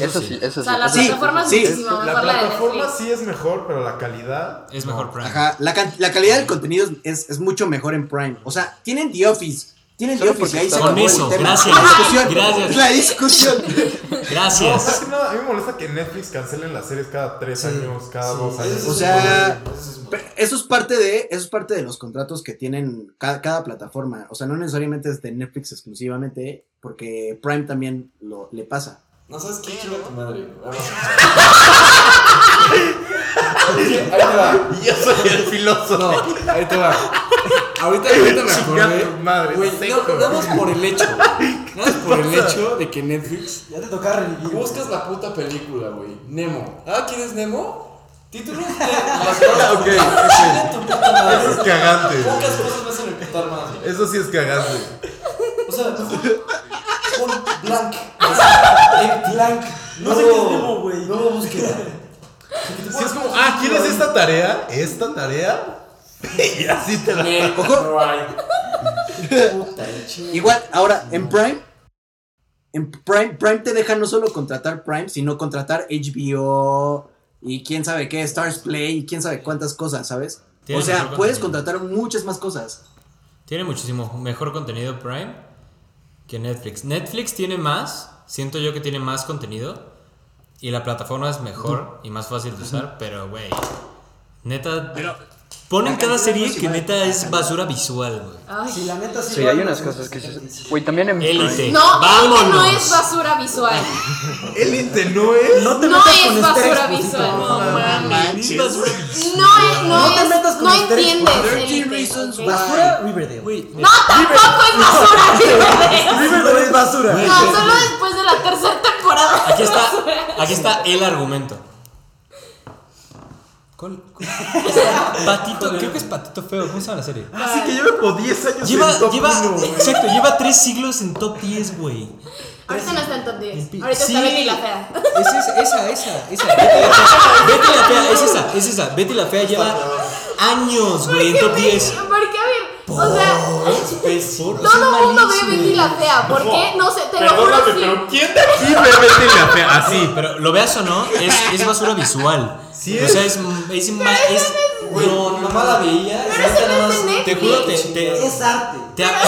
C: Eso sí, eso
E: O
C: sí.
E: sea, la
C: eso sí.
E: plataforma es
J: sí.
E: muchísimo
H: La
E: mejor la de
H: plataforma
E: Netflix.
H: sí es mejor, pero la calidad.
D: Es mejor Prime.
J: Ajá, la, can- la calidad del contenido es, es mucho mejor en Prime. O sea, tienen The Office. Tienen The
C: Solo
J: Office y
C: porque
J: ahí se
C: está-
J: acabó
D: Con
J: el
D: eso,
J: tema.
D: gracias.
J: La discusión.
D: Gracias.
J: La discusión.
H: No,
D: Gracias.
H: más que nada, a mí me molesta que Netflix cancelen las series cada tres
F: Sí,
H: años, cada dos años.
J: O sea, pero eso es parte de eso es parte de los contratos que tienen ca- cada, plataforma. O sea, no necesariamente es de Netflix exclusivamente, porque Prime también lo, le pasa.
I: No sabes qué chinga tu madre. Vamos. Ahí te va.
B: Y yo soy el filósofo.
I: No, ahí te va. Ahorita, ahorita me
B: Chinga
I: acordé.
B: tu madre,
I: Güey,
B: seco.
I: no, nada más por el hecho. Nada más
F: *laughs*
I: por el hecho de que Netflix.
F: Ya te tocaba revivir. güey.
I: Buscas la puta película, güey. Nemo. Ah, ¿quieres Nemo?
F: *laughs*
I: Título de las cosas.
B: Ok,
I: Chinga tu puta
B: Eso es
I: madre.
B: cagante.
I: Pocas
B: güey.
I: cosas me hacen emputar más, güey.
B: Eso sí es cagante.
I: O sea, con blank. En blank.
F: No sé qué es Nemo, güey.
I: No lo búsqueda.
B: Si es como, ah, ¿quieres esta tarea? ¿Esta tarea? Y así te la.
J: Ojo, igual, ahora, en Prime, en Prime, Prime te deja no solo contratar Prime, sino contratar HBO y quién sabe qué, Stars Play y quién sabe cuántas cosas, ¿sabes? O
D: Tienes
J: sea,
D: mejor
J: puedes
D: contenido.
J: contratar muchas más cosas.
D: Tiene muchísimo mejor contenido Prime que Netflix. Netflix tiene más, siento yo que tiene más contenido y la plataforma es mejor y más fácil de usar, pero güey, neta ponen
J: la
D: cada
J: cantidad no
D: serie
J: es
D: que
J: igual.
D: neta es basura visual, güey.
E: Ay.
F: Sí, la neta sí.
C: Sí,
F: lo
C: hay
F: hago,
C: unas
F: güey.
C: cosas que se... Güey, también en
D: Élite.
C: Prime.
E: No,
D: Vámonos.
E: Élite no es basura visual.
B: Élite no es.
F: No te
E: No
F: metas
E: es
F: con
E: basura
F: Esther
E: visual.
F: Exposito.
E: No,
D: Basura visual.
E: es, no,
F: No te
E: es.
F: metas con
E: no
F: Esther
E: entiendes.
F: Exposito.
E: Élite,
J: Reasons
E: ¿ok?
J: Why.
F: Basura Riverdale.
D: Güey,
E: No, tampoco es basura, Riverdale.
F: Riverdale es basura.
E: No, solo después de la tercera
D: *laughs*
E: temporada.
D: Aquí
B: *laughs*
D: está, aquí está el argumento. ¿Cuál- cuál- Patito, creo que es Patito Feo, ¿cómo se llama la serie?
B: Así Ah, que lleva como 10 años
D: Lleva,
B: en top
D: lleva,
B: uno, güey.
D: exacto, lleva tres siglos en top 10, güey.
E: Ahorita no está en top 10.
D: Pi-
E: Ahorita
D: Sí.
E: está Betty la fea.
D: Esa, es- esa, esa, esa. Betty la fea, Betty la fea, es esa, es esa. Betty la fea lleva años, güey, en
E: Porque
D: top
E: Betty-
D: 10.
E: Porque, a ver, o sea,
D: Facebook.
E: todo el mundo ve Betty la fea. ¿Por qué? No sé, te lo juro.
H: Perdóname,
E: sí.
H: pero ¿quién
B: Sí, pero vete la fea,
D: Sí,
B: así.
D: pero lo veas o no, es, es basura visual.
B: Sí
D: o
B: es.
D: sea, es. es, ma- es-
I: Güey, mi mamá la veía.
E: Pero ese no es de
D: te
E: Netflix.
D: juro, te. te,
F: Es arte.
D: te a-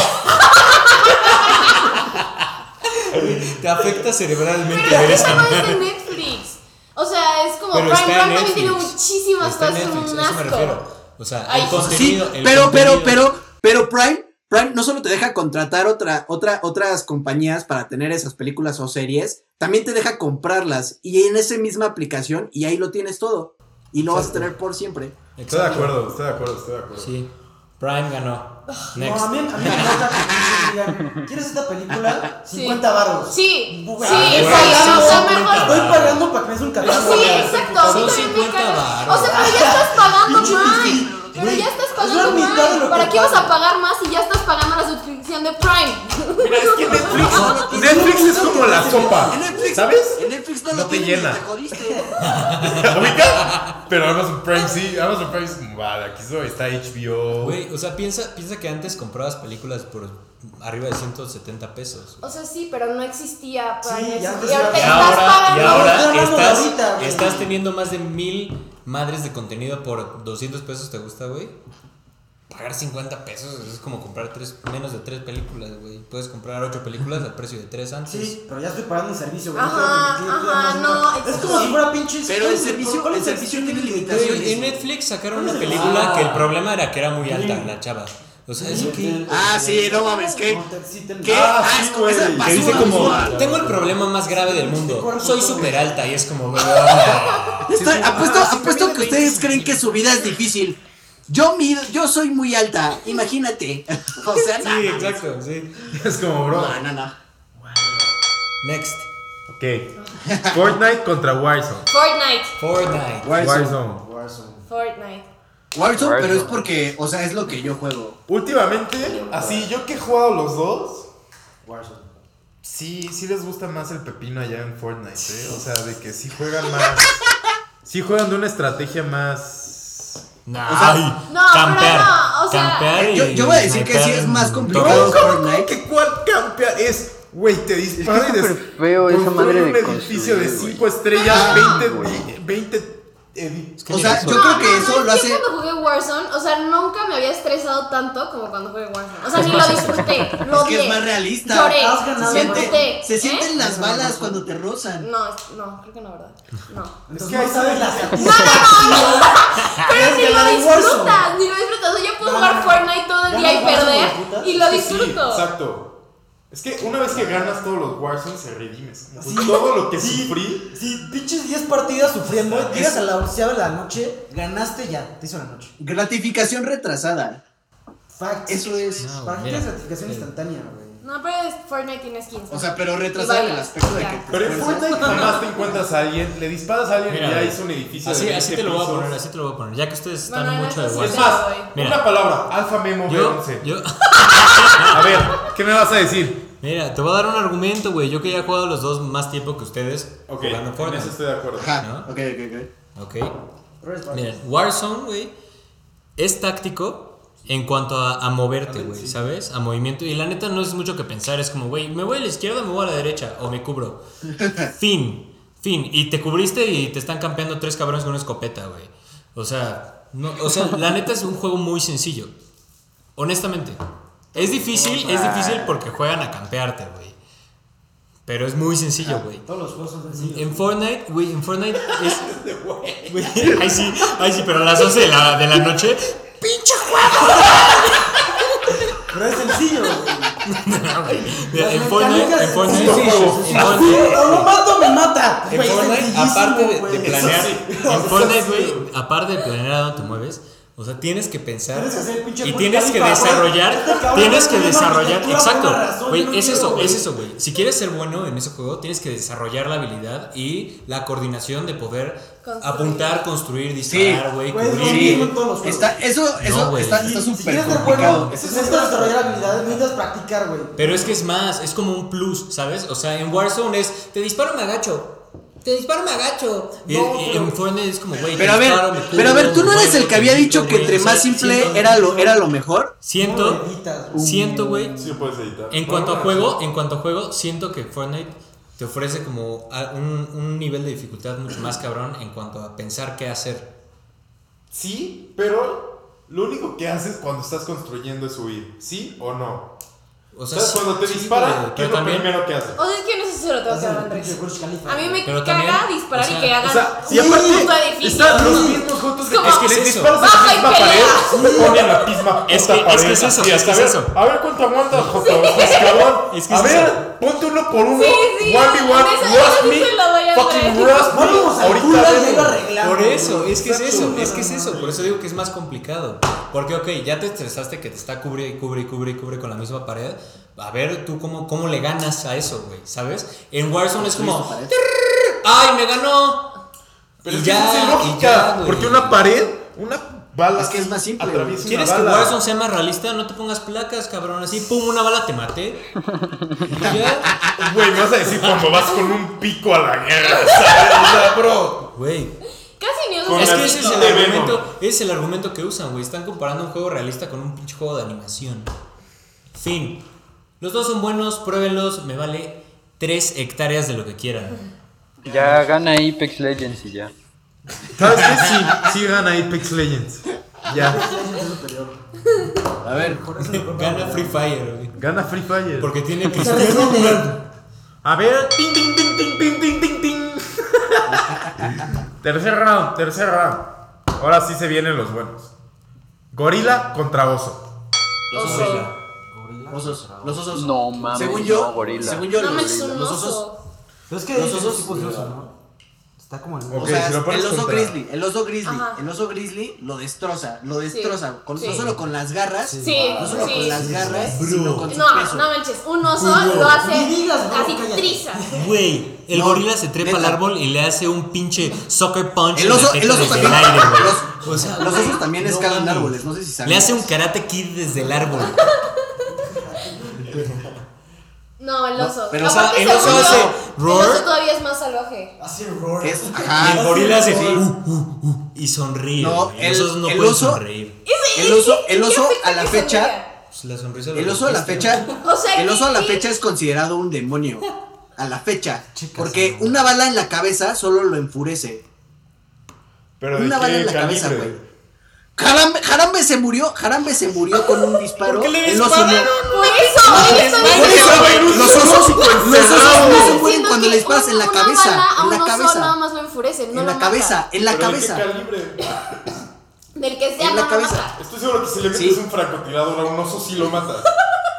D: *laughs* te afecta cerebralmente
E: Pero
D: ver
E: eso
D: esa
E: no es
D: madre.
E: de Netflix. O sea, es como
D: Pero
E: Prime
D: está en
E: Prime también tiene
D: Netflix.
E: muchísimas
D: Está en
E: cosas
D: Netflix,
E: un
D: a eso me
E: asco.
D: refiero. O sea,
E: Ay,
D: el
E: sí,
J: Sí,
D: contenido. el
J: pero, pero,
D: contenido-
J: pero, pero Prime, Prime no solo te deja contratar otra, otra, otras compañías para tener esas películas o series, también te deja comprarlas y en esa misma aplicación y ahí lo tienes todo. Y lo vas a tener por siempre.
H: Estoy de
D: Exacto.
H: acuerdo, estoy de acuerdo, estoy de acuerdo.
D: Sí. Prime ganó.
F: No, a
D: Next.
F: mí, a mí me encanta que me digan, ¿quieres esta película?
E: Sí.
F: 50 baros.
E: Sí,
F: Güey,
E: sí,
F: estoy
E: exacto.
F: pagando
E: O sea,
F: 50
E: mejor-
F: Estoy pagando para que me des un catálogo.
E: Sí,
F: güey.
E: exacto. A mí
D: Son
E: también me
D: 50
E: caga.
D: varos.
E: O sea, pero ya estás pagando
F: Pinche
E: Prime. Pero
F: güey,
E: ya estás
F: es la
E: pagando
F: mitad de lo
E: Prime.
F: que
E: ¿Para qué vas a
F: pago.
E: pagar más si ya estás pagando la suscripción de Prime?
H: Mira, es que Netflix, Netflix es como la sopa, ¿sabes?
J: En Netflix
H: No
J: lo
H: te
J: tienes,
H: llena.
J: te jodiste.
H: *laughs* ¿Ubicas? Pero Amazon Prime sí, Amazon Prime es como, vale, aquí soy, está HBO. *laughs*
D: Güey, o sea, piensa, piensa que antes comprabas películas por arriba de 170 pesos.
E: O sea, sí, pero no existía
F: Sí,
E: Prime.
F: ya antes
E: y ahorita
F: era-
D: Y
E: estás
D: ahora, y
E: pagando.
D: ahora
F: Estoy hablando de
D: estás,
F: ahorita, güey.
D: estás teniendo más de mil madres de contenido por 200 pesos, ¿te gusta, güey? Pagar 50 pesos es como comprar tres, menos de tres películas, güey. Puedes comprar ocho películas al precio de tres antes.
F: Sí, pero ya estoy pagando un servicio, güey.
E: Ajá,
F: no quiero que me
E: ajá,
F: cliente, nada más,
E: no,
F: nada. Es
E: exacto.
F: como si fuera pinche.
J: Pero el
F: Skynet,
J: servicio-
F: ¿cuál
J: el
F: es
J: servicio tiene
F: límite?
J: limitaciones. Ah.
D: Güey, en Netflix sacaron una película que el problema era que era muy alta, la chava. O sea, eso que.
G: Ah, sí, no mames, qué. Qué
D: Ah, sí,
G: asco, esa
D: güey.
G: basura.
D: Que dice como.
G: basura.
D: Tengo el problema más grave del mundo. Soy súper alta y es como.
J: *laughs*
D: güey, ah.
J: Estoy- apuesto, apuesto que ustedes creen que su vida es difícil. Yo mido, yo soy muy alta, imagínate. *laughs* O sea, no,
D: Sí, exacto, sí.
B: Es como, bro.
J: no, no, no.
D: Next.
B: Ok. Fortnite contra Warzone.
E: Fortnite.
D: Fortnite.
B: Warzone.
E: Fortnite.
J: Warzone, pero
C: Warzone.
J: es porque, o sea, es lo que yo juego.
H: Últimamente, así yo que he jugado los dos. Sí, sí les gusta más el pepino allá en Fortnite, ¿eh? O sea, de que sí juegan más.
B: Sí juegan de una estrategia más...
D: Nah.
J: O sea,
D: Ay,
E: no,
D: campear.
E: pero no, o sea,
D: campear
J: eh, yo-
D: y
J: yo voy a decir que
D: snipear
J: sí es más
D: en
J: complicado.
D: todos.
J: Fortnite.
B: que cuál campear es... Güey, te dispara
C: Es que
B: y
C: es
B: des-
C: súper feo esa
B: construye
C: madre de
B: un edificio de
C: construir, güey.
B: 5 estrellas,
C: Ah,
B: 20... 20 edi-
J: O sea, yo
E: No,
J: creo
E: no,
J: que
E: no, es
J: eso lo hace.
E: cuando jugué Warzone, o sea, nunca me había estresado tanto como cuando jugué Warzone. O sea, ni lo disfruté, lo
J: Es
E: odié.
J: que es más realista.
E: Lloré,
J: Has ganado,
E: se
J: ¿no?
E: siente,
J: Se
E: ¿eh?
J: sienten las balas cuando te rozan.
E: No, es- no, creo que no, ¿verdad? No.
H: Es que ahí sabes las
J: Ah,
E: Pero ni lo
F: ganar en
E: disfrutas, ni lo disfrutas. O sea, yo puedo jugar Fortnite todo el día y perder y lo
H: Es que sí,
E: disfruto.
H: exacto. Es que una vez que ganas todos los Warzone se redimes. Como Todo lo que sufrí.
F: Sí, pinches 10 partidas sufriendo, llegas a la onceava de la noche, ganaste ya, te hizo la noche.
J: Gratificación retrasada.
F: Fact.
J: Eso es.
D: No,
F: Para que
D: mira.
F: tengas gratificación instantánea, güey.
E: No, pero es- Fortnite tiene skins.
J: O sea, pero retrasada en el aspecto de que.
H: Pero en Fortnite nada más te encuentras a alguien, le disparas a alguien
D: Mira,
H: y ya
D: güey.
H: hizo un edificio
D: Así,
H: de
D: así
H: 20
D: te lo voy a
H: pisos.
D: poner, así te lo voy a poner. Ya que ustedes están
E: Bueno,
D: mucho de
E: eso sí
D: Warzone.
H: Es más,
E: Pero, güey.
D: Mira.
H: una palabra, Alfa Memo
D: Yo,
H: B11.
D: yo, *laughs*
B: A ver, ¿qué me vas a decir?
D: mira, te voy a dar un argumento, güey. Yo que ya he jugado los dos más tiempo que ustedes
H: Ok,
D: jugando
H: en
D: Fortnite.
H: eso estoy de acuerdo.
J: Ajá,
D: ¿No?
J: ok, ok, ok.
D: Ok. Miren, Warzone, güey, es táctico en cuanto a, a moverte, güey, ¿sabes? A movimiento. Y la neta no es mucho que pensar. Es como, güey, me voy a la izquierda, me voy a la derecha o
F: *laughs*
D: me cubro. fin, fin. Y te cubriste y te están campeando tres cabrones con una escopeta, güey. O sea, no, o sea, la neta es un juego muy sencillo. Honestamente. Es difícil, es difícil porque juegan a campearte, güey. Pero es muy sencillo, güey.
F: Ah, Todos los juegos son sencillos.
D: En Fortnite, güey, en Fortnite es. Güey, Ay, sí, ay, sí, pero a las 11 de la, de la noche. ¡Pinche
F: Pero es sencillo, güey.
D: juego! güey. Mira, en
F: Las
D: Fortnite, en
F: mecánicas
D: Fortnite,
F: son
D: en
F: sencillas.
D: Fortnite,
F: O lo mato o me mata.
I: En
F: Güey, es
I: Fortnite,
F: sencillísimo,
I: aparte de- de,
F: güey.
I: planear,
D: en Fortnite, güey, aparte de planear a dónde te mueves, o sea, tienes que pensar
F: Tienes que hacer el pinche
D: y tienes que
F: cabrón. Este
D: desarrollar,
F: cabrón
D: tienes que
F: tiene una
D: desarrollar,
F: arquitectura por una
D: exacto,
F: razón, yo no
D: güey, es
F: quiero,
D: eso,
F: güey.
D: es eso, güey. Si quieres ser bueno en ese juego, tienes que desarrollar la habilidad y la coordinación de poder
E: Construir.
D: apuntar, construir, disparar, güey,
F: Güey, es lo
D: cubrir,
F: mismo en todos los juegos.
J: Está, eso, eso
D: güey.
J: está
D: Sí,
J: está
F: Si
J: súper
F: quieres ser
J: complicado.
F: bueno, necesitas desarrollar habilidades, necesitas practicar, güey.
D: Pero es que es más, es como un plus, ¿sabes? O sea, en Warzone es, te disparo, me agacho. Te disparo, me agacho. Y, y en Fortnite es como, güey, te
J: Pero a ver,
D: disparo, me
J: pero a
D: cubro,
J: ver, tú no
D: me
J: eres
D: muevo,
J: el que había
D: te
J: dicho
D: quito,
J: que
D: güey.
J: entre
D: O sea,
J: más simple
D: siento-
J: era lo, era lo mejor.
D: Siento,
F: Editas, güey.
D: siento, güey.
H: Sí, lo puedes editar.
D: En cuanto a juego, en cuanto a juego, siento que Fortnite te ofrece como a- un, un nivel de dificultad mucho más cabrón en cuanto a pensar qué hacer.
H: Sí, pero lo único que haces cuando estás construyendo es huir. ¿Sí o no?
D: O
H: O
D: sea,
H: sea,
D: sí-
H: cuando te
D: Pues, sí, güey,
H: disparan, ¿qué
D: pero
H: es lo
D: también-
H: primero que haces?
E: O sea, es que no sé si se lo tengo que
F: Haces
E: hablar,
F: el
E: Andrés.
F: pinche Burj Khalifa,
E: A mí me
D: Pero
E: caga
D: también,
E: disparar
D: o sea,
E: y que hagan
H: O sea, y
E: un puto
H: aparte
E: edificio.
H: están los mismos juntos de
E: Es
H: es
E: que
H: que
E: es
H: les
D: eso.
H: disparas a
E: Baja
H: la
E: y
H: misma
E: pelea.
H: pared, se ponen la misma
D: Es
H: puta
D: que- es
H: pared.
D: que es
H: así,
D: eso, es que
H: a
D: es
H: ver,
D: eso.
H: A ver cuánto aguanta, Joto, pues, cabrón.
D: Es que
H: a
D: es
H: ver,
D: eso.
H: ponte uno por uno.
E: Sí, sí,
H: one
E: no,
H: v one,
E: eso- eso
H: rush
E: sí
H: me,
E: se lo doy a
H: fucking
E: Andrés.
H: rush me.
F: Vamos al
H: Ahorita
F: Pulas y
H: vengo.
F: lo arreglamos.
D: Por eso, es que es
F: Exacto.
D: eso, es que es eso, por eso digo que es más complicado. Porque, ok, ya te estresaste que te está cubre y cubre y cubre y cubre con la misma pared. A ver, tú cómo, cómo le ganas a eso, güey, ¿sabes? En Warzone es como, "Trrr, ¡ay, me ganó!
H: Pero
D: Y
H: es que
D: ya,
H: eso es
D: y
H: lógica,
D: ya, güey.
B: Porque una pared, una bala...
J: Es que es más simple,
H: atraviesa una
D: ¿Quieres que
H: bala.
D: Warzone sea más realista? No te pongas placas, cabrón. Así, pum, una bala te maté. Y ya.
H: Güey, me vas a decir cuando vas con un pico a la guerra,
L: *laughs*
H: ¿sabes? O sea, bro.
D: Güey,
E: Casi ni
H: Con
E: uso
D: Es
H: la
D: que ese es
H: pinta
D: el
H: de Venom.
D: argumento, ese es el argumento que usan, güey. Están comparando un juego realista con un pinche juego de animación. Fin. Los dos son buenos, pruébenlos, me vale 3 hectáreas de lo que quieran.
C: Ya gana Apex Legends y ya. *laughs*
B: ¿Sabes qué? Sí, sí gana Apex Legends. Ya,
J: A ver,
D: Gana Free Fire, güey.
B: gana Free Fire.
D: Porque tiene que
B: A ver, ting, ting, ting, ting, ting, ting, ting, ting. tercer round, tercer round. Ahora sí se vienen los buenos. Gorila contra oso.
J: Los
E: Oso.
J: osos. Osos. Los osos.
C: No mames,
J: Según yo,
C: no, gorila.
J: Según yo,
E: No
J: los,
E: mames, es un
J: los osos.
E: oso.
F: Pero es que
J: Los
F: hay
J: osos-
F: tipos de oso, ¿no? Está como el.
J: o
L: Ok,
J: sea,
L: si lo pones
J: el oso
L: contra-
J: grizzly, el oso grizzly,
E: Ajá.
J: el oso grizzly lo destroza, lo destroza, con-
E: sí.
J: no solo con las garras,
E: Sí,
J: no solo con
E: sí.
J: las garras, sino con su
E: No,
J: peso.
E: no manches, un oso lo hace así triza.
D: Güey, el
J: No,
D: gorila se trepa
J: neta.
D: al árbol y le hace un pinche soccer punch
J: El
D: en la
J: oso,
D: jeta
J: el oso
D: desde
J: también,
D: el aire, güey.
J: los,
D: O sea,
J: los osos también
D: no
J: escalan
D: mames.
J: árboles, no sé si sabías.
D: Le hace un karate kid desde el árbol.
E: No, el oso.
J: pero, o sea,
E: Aparte,
J: el oso
E: según yo,
J: hace
E: El
D: roar.
E: oso todavía es más salvaje.
F: Hace roar.
J: que es-
D: Y
J: ajá,
D: el gorila hace uh, uh, uh, y sonríe.
J: No,
D: güey.
J: el-
D: los osos no
J: el
D: pueden
J: oso-
D: sonreír.
J: el oso, el oso a la
E: Que
J: fecha,
E: sonría.
D: Pues la sonrisa
J: el
D: lo
J: oso a la
D: conquista.
J: fecha,
E: Este O sea,
J: el
E: que
J: oso a la
E: sí.
J: fecha es considerado un demonio. A la fecha, porque una bala en la cabeza solo lo enfurece.
L: Pero
J: Una
L: de
J: bala
L: qué
J: en la cabeza,
L: calibre?
J: güey. Jarambe, Jarambe se murió, Jarambe se murió con un disparo.
I: ¿Por qué le
J: el oso no.
E: Por eso, por eso
J: Por
E: dije,
J: eso,
E: no,
J: güey, los osos, los osos no se
E: están
J: mueren
E: diciendo
J: cuando
E: que
J: le disparas en la
E: una
J: cabeza,
E: bala a
J: en
E: un
J: la
E: oso nada
J: cabeza,
E: más lo enfurecen, no lo
J: en la
E: mata.
J: cabeza, en la
L: ¿Pero de qué
J: cabeza.
L: calibre?
E: Del que sea,
J: En
E: no
J: la
E: lo
J: cabeza.
E: mata.
L: Estoy seguro que si le metes
J: Sí.
L: un francotirador a un oso, sí lo matas.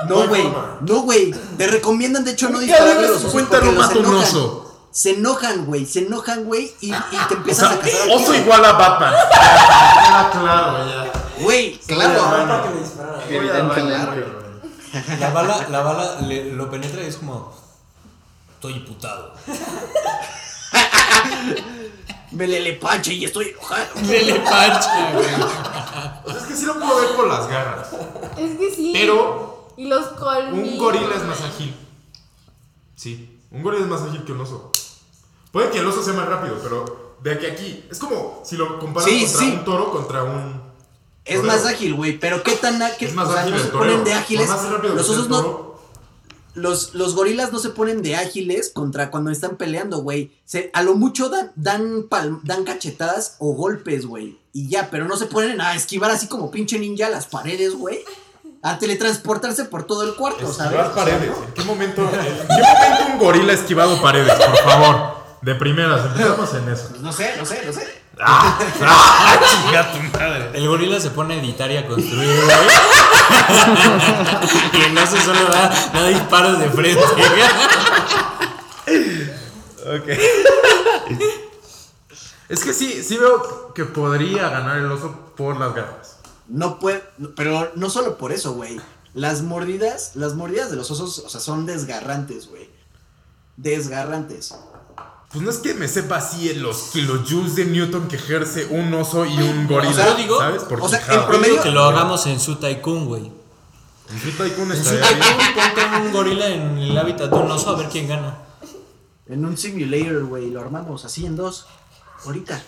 J: No,
L: hay
J: güey.
L: forma.
J: No, güey. Te recomiendan, de hecho, no
B: Un
J: disparar
B: calibre
J: a los osos
B: 50
J: porque
B: no
J: los
B: mata un
J: enojan.
B: oso.
J: Se enojan, güey. Se enojan, güey. Y, y te empiezas a cazar.
B: Oso igual a
L: *laughs*
B: Batman.
I: Ah, claro, ya.
J: Güey, claro.
F: Para que le disparara.
D: La bala, la bala le- lo penetra y es como. Estoy imputado.
J: Me le le panche y estoy enojado.
D: Lele parche, güey.
L: O sea, es que sí lo puedo ver *laughs* con las garras.
E: Es que sí.
L: Pero-
E: Y los colmillos.
L: Un gorila es más ágil. Sí, un gorila es más ágil que un oso. Puede que el oso sea más rápido, pero de aquí a aquí. Es como si lo comparas
J: Sí,
L: contra
J: sí.
L: un toro contra un.
J: Es más ágil, güey. Pero qué tan ágil.
L: Es más
J: o sea,
L: ágil
J: no
L: el
J: se
L: toreo.
J: ponen de
L: Por
J: ágiles.
L: más rápido que
J: Los
L: sea el
J: osos no.
L: toro,
J: Los, los gorilas no se ponen de ágiles contra cuando están peleando, güey. Se- A lo mucho dan, dan, pal- dan cachetadas o golpes, güey. Y ya, pero no se ponen a esquivar así como pinche ninja las paredes, güey. A teletransportarse por todo el cuarto, ¿sabes?
L: Esquivar paredes. ¿En qué momento? ¿En qué momento un gorila ha esquivado paredes? Por favor. De primeras, empezamos en eso.
J: Pues, No sé, no sé, no sé.
L: ¡Ah! ¡Ah! ¡Chinga tu madre!
D: El gorila se pone a editar y a construir, güey. y el oso solo da, da disparos de frente.
B: Ok. es que sí, sí veo que podría ganar el oso por las garras.
J: No puede, no- pero no solo por eso, güey. Las mordidas, las mordidas de los osos, o sea, son desgarrantes, güey. Desgarrantes.
B: Pues no es que me sepa así en los kilojoules de Newton que ejerce un oso y un gorila.
J: sea,
B: digo, ¿sabes? Por
J: o sea,
B: quijada.
J: en promedio-
D: que lo hagamos en su tycoon, güey.
B: En su Tycoon
D: En su
B: estaría bien.
D: tycoon, ponte un gorila en el hábitat de un oso a ver quién gana.
J: En un simulator, güey, lo armamos así en dos. Ahorita.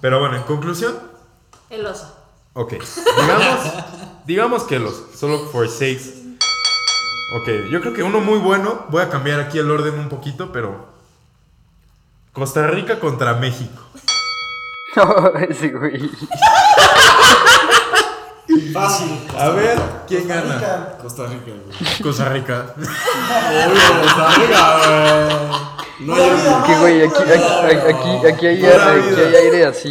B: Pero bueno, en conclusión,
E: El oso.
B: ok. Digamos, digamos que los, solo for sakes. Ok, yo creo que uno muy bueno. Voy a cambiar aquí el orden un poquito, pero. Costa Rica contra México.
C: sí, güey.
I: Fácil.
B: A ver, ¿quién gana?
I: Costa Rica, güey.
B: Costa Rica.
I: *laughs* Obvio, Costa Rica, güey. No hay
F: vida,
I: un-
C: Que, güey, aquí, aquí, aquí, aquí hay,
B: Pura
C: aire, aquí
B: vida.
C: hay aire así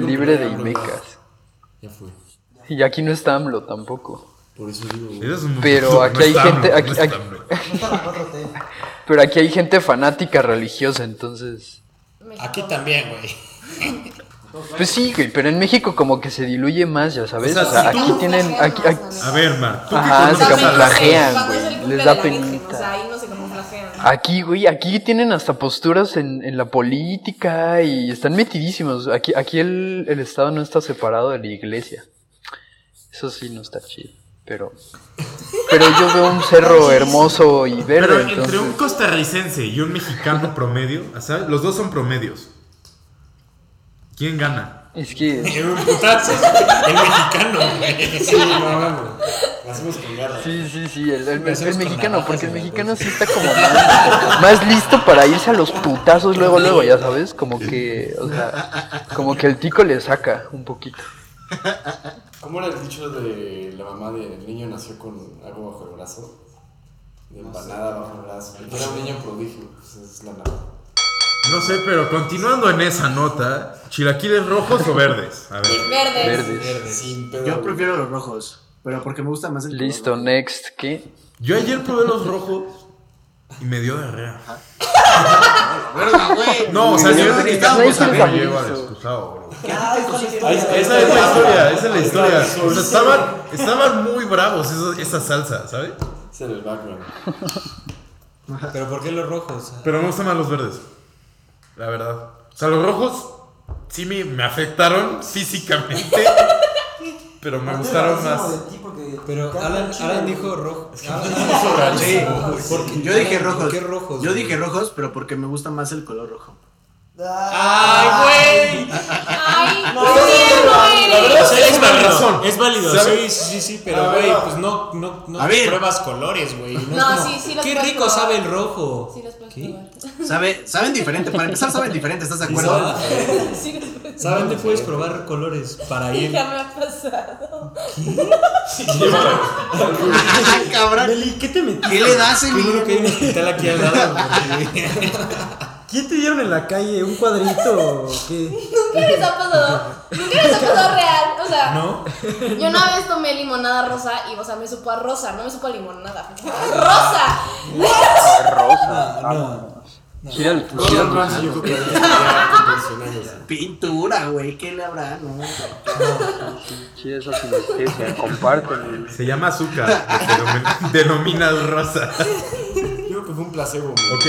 C: libre de Imecas.
D: Ya fue.
C: Y aquí no está AMLO tampoco.
I: Por eso digo, güey.
B: Ese es un-
C: Pero
B: no
C: aquí
B: está
C: hay gente-
B: AMLO,
C: aquí-
B: no está
C: aquí-
B: AMLO.
F: No está la 4T.
C: Pero aquí hay gente fanática religiosa, entonces.
E: México.
D: Aquí también, güey.
C: Pues sí, güey, pero en México como que se diluye más, ya sabes.
B: O sea,
C: O sea,
B: si
C: aquí
E: tú-
C: tienen. Aquí, aquí-
E: Más,
B: A ver, Mar, ¿tú
C: Ajá,
B: qué
C: se
B: conoces?
C: camufla- camuflajean,
E: Cuando es el
C: güey,
E: cumple
C: les da
E: de la Virgen,
C: penita. Ah,
E: O sea, ahí no se camuflajean.
C: aquí, güey, aquí tienen hasta posturas en, en la política y están metidísimos. Aquí, aquí el, el Estado no está separado de la iglesia. Eso sí, no está chido. Pero. Pero yo veo un cerro hermoso y verde,
B: Pero entre
C: entonces.
B: un costarricense y un mexicano promedio, o sea, los dos son promedios. ¿Quién gana?
C: Es que.
D: El putazo, el mexicano, güey.
I: Sí, no, no, güey. La hacemos con garras.
C: Sí, sí, sí, el, el- el
D: hacemos con
C: mexicano,
D: navajas
C: porque el
D: y la
C: mexicano sí está como más, más listo para irse a los putazos luego, luego, ya sabes, como que, o sea, como que el tico le saca un poquito.
I: ¿Cómo era el dicho de la mamá de el niño nació con algo bajo el brazo? De empanada bajo el brazo. El que era un niño prodigio, pues es la nada.
B: No sé, pero continuando en esa nota, ¿chilaquiles rojos o verdes? A ver.
E: Verdes.
C: Verdes.
I: Sin pedo.
J: Yo prefiero los rojos. Pero porque me gusta más el color
C: Listo,
J: rojo.
C: next. ¿Qué?
B: Yo ayer probé los rojos y me dio diarrea.
J: Verga, güey.
B: No, o sea, yo desde que estábamos
C: Nadie
B: hablando,
C: quiere
B: llego al
C: saber eso.
B: excusado, bro.
I: Ahí-
B: Esa es
I: ahí
B: la
I: está.
B: historia, esa es la historia.
I: Ahí está.
B: O sea, estaban, estaban muy bravos esos- esa salsa, ¿sabes?
I: Es en el background.
D: Pero ¿por qué los rojos?
B: Pero me gustan más los verdes. La verdad. O sea, los rojos sí me, me
E: *laughs*
B: afectaron físicamente. pero me gustaron más.
D: Pero Alan, Alan dijo rojo.
J: Sí,
D: ¿Por qué?
J: yo dije
D: Alan, ¿por
J: rojos.
D: qué rojos,
J: Yo
D: güey?
J: dije rojos, pero porque me gusta más el color rojo.
D: ¡Ay, güey!
E: ¡Ay,
C: *laughs*
E: qué
D: O
E: héroe
D: sea,
E: eres!
D: es válido,
B: razón.
D: es válido, sí,
B: ¿Sabes?
D: sí, sí, pero güey, pues no, no, no
J: A
D: te
J: ver.
D: pruebas colores, güey. es
E: No,
D: como,
E: sí, sí los
D: Qué
E: puedes
D: rico
E: probar.
D: sabe el rojo.
E: Sí, los puedes probar. *laughs*
J: Sabe, saben diferente, para empezar saben diferente, ¿estás de
D: Sí,
J: acuerdo?
E: Sí, los puedes probar.
D: ¿Saben? Te puedes probar colores para ir.
E: Ya me ha pasado. *laughs*
J: Ah, *laughs* cabrón.
F: Meli, ¿qué te metiste?
J: ¿Qué le das,
D: Qué bueno
J: Emilio?
D: que hay un hospital aquí al lado. porque-
F: *laughs* ¿Quién te dieron en la calle? ¿Un cuadrito? o ¿Qué?
E: Nunca les ha pasado. Nunca les ha pasado real. O sea,
D: ¿No?
E: yo una vez tomé limonada rosa y, o sea, me supo a rosa, no me supo a limonada. *laughs* ¡Rosa! *laughs*
C: Rosa.
D: Ah, No.
C: Gira el
I: Todo más, yo creo que ya proporcionando.
J: *laughs* Pintura, güey, ¿qué le habrá? No, güey.
C: Sí, esa sinestesia. Comparten.
B: Se llama azúcar. denomina- Denominado rosa.
I: Yo creo que fue un placebo, güey.
B: Ok,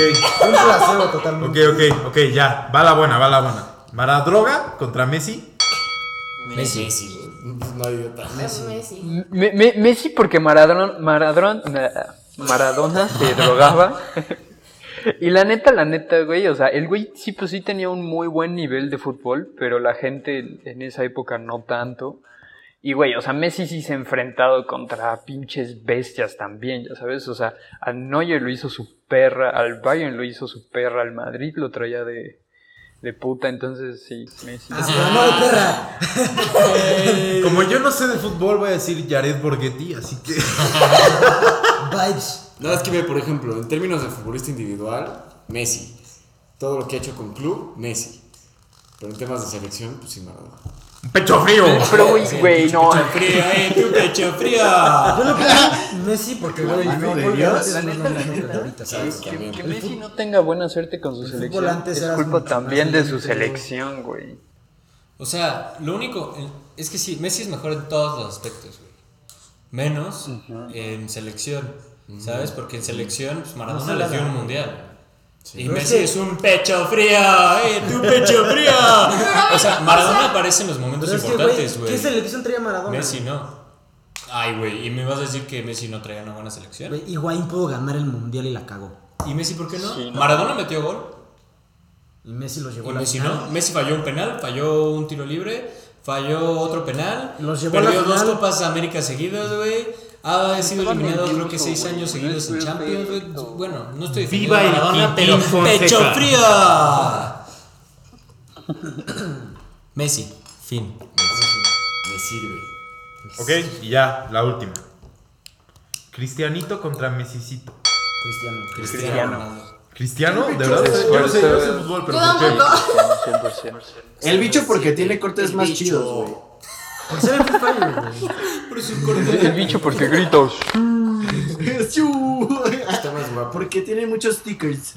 F: Un placebo totalmente.
B: ok, ok, ok, ya. Va la buena, va la buena. Maradroga contra Messi.
D: Messi.
I: No, idiota.
E: Pues, Messi.
C: Me- me- Messi porque Maradona, Maradona, Maradona se drogaba. Y la neta, la neta, güey, o sea, el güey sí, pues sí tenía un muy buen nivel de fútbol, pero la gente en esa época no tanto. Y, güey, o sea, Messi sí se ha enfrentado contra pinches bestias también, ya sabes, o sea, al Neuer lo hizo su perra, al Bayern lo hizo su perra, al Madrid lo traía de, de puta, entonces sí, Messi.
F: Pero no de perra.
B: Como yo no sé de fútbol, voy a decir Jared Borghetti, así que.
F: Vibes.
I: No, es que ve, por ejemplo, en términos de futbolista individual, Messi. Todo lo que ha hecho con club, Messi. Pero en temas de selección, pues sí, Maradona.
B: ¡Pecho frío!
C: Pero, güey, güey, no,
D: Pecho frío, eh, tú pecho frío.
F: Yo lo puse Messi porque, güey, el
J: mano de
F: fútbol ya
J: Dios.
F: no tiene los nombres de ahorita,
I: Sí,
F: ¿sabes?
C: Que,
I: también.
C: que Messi no tenga buena suerte con su
F: fútbol
C: selección
F: antes
C: es
F: eras
C: culpa
F: mucho más
C: también de su
F: inteligente, güey.
C: selección, güey.
D: O sea, lo único eh, es que sí, Messi es mejor en todos los aspectos, güey. Menos en selección, ¿sabes? Porque en selección pues, Maradona les dio un mundial. Y
F: Pero
D: Messi
F: es que-
D: es un pecho frío, ¡eh! ¡Tu pecho frío!
C: *laughs*
D: O sea, Maradona aparece en los momentos
F: Pero es que,
D: importantes,
F: güey, ¿qué
D: güey.
F: selección traía Maradona?
D: Messi no. Ay, güey, ¿y me vas a decir que Messi no traía una buena selección?
F: Güey, Higuaín pudo ganar el mundial y la cagó.
D: ¿Y Messi por qué no?
C: Sí, no.
D: Maradona metió gol.
F: Y Messi los llevó
D: Y
F: a la
D: Messi
F: final.
D: no. Messi falló un penal, falló un tiro libre, falló otro penal.
F: Los llevó a la
D: perdió dos
F: final.
D: Copas América seguidas, güey. Ha sido
C: Estaban
D: eliminado creo que
C: mentiroso,
D: seis
C: güey.
D: años
C: No
D: seguidos
C: es
D: en
C: perfecto.
D: Champions, güey. Bueno, no estoy defendiendo
B: Viva
D: a
B: el
D: Maradona,
B: Pitín
D: pero
B: Fonseca.
D: pecho frío. Messi, fin.
I: Me sirve.
B: *laughs* Ok, y ya, la última. Cristianito contra Mesicito.
F: Cristiano.
D: Cristiano,
C: Cristiano.
D: Ronaldo.
B: ¿Cristiano? ¿De verdad? Yo no sé, yo no sé fútbol, pero
E: Yo
B: ¿por qué?
E: tampoco.
C: 100%.
J: El bicho porque tiene cortes más chidos, güey.
F: Por ser el Free Fire, güey.
C: El bicho porque gritos.
I: Está más Este guapo.
J: Porque tiene muchos stickers.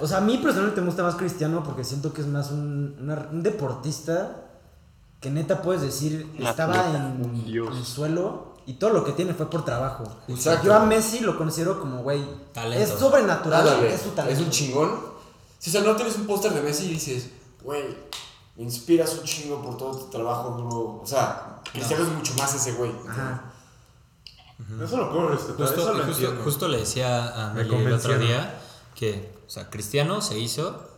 F: O sea, a mí personalmente me gusta más Cristiano porque siento que es más un, una- un deportista que neta puedes decir estaba en, en el suelo y todo lo que tiene fue por trabajo.
I: Exacto.
F: Yo a Messi lo considero como, güey, es
D: Talento.
F: sobrenatural,
I: Ándale,
F: es su talento.
I: un chingón. Si o sea, no tienes un póster de Messi y dices, güey, me inspiras un chingo por todo tu trabajo duro. O sea, Cristiano es mucho más ese güey.
H: Eso lo puedo respetar,
D: Justo,
H: eso lo
D: justo-
H: entiendo.
D: justo le decía a
B: Me
D: Meli el otro
B: convencieron.
D: día que, o sea, Cristiano se hizo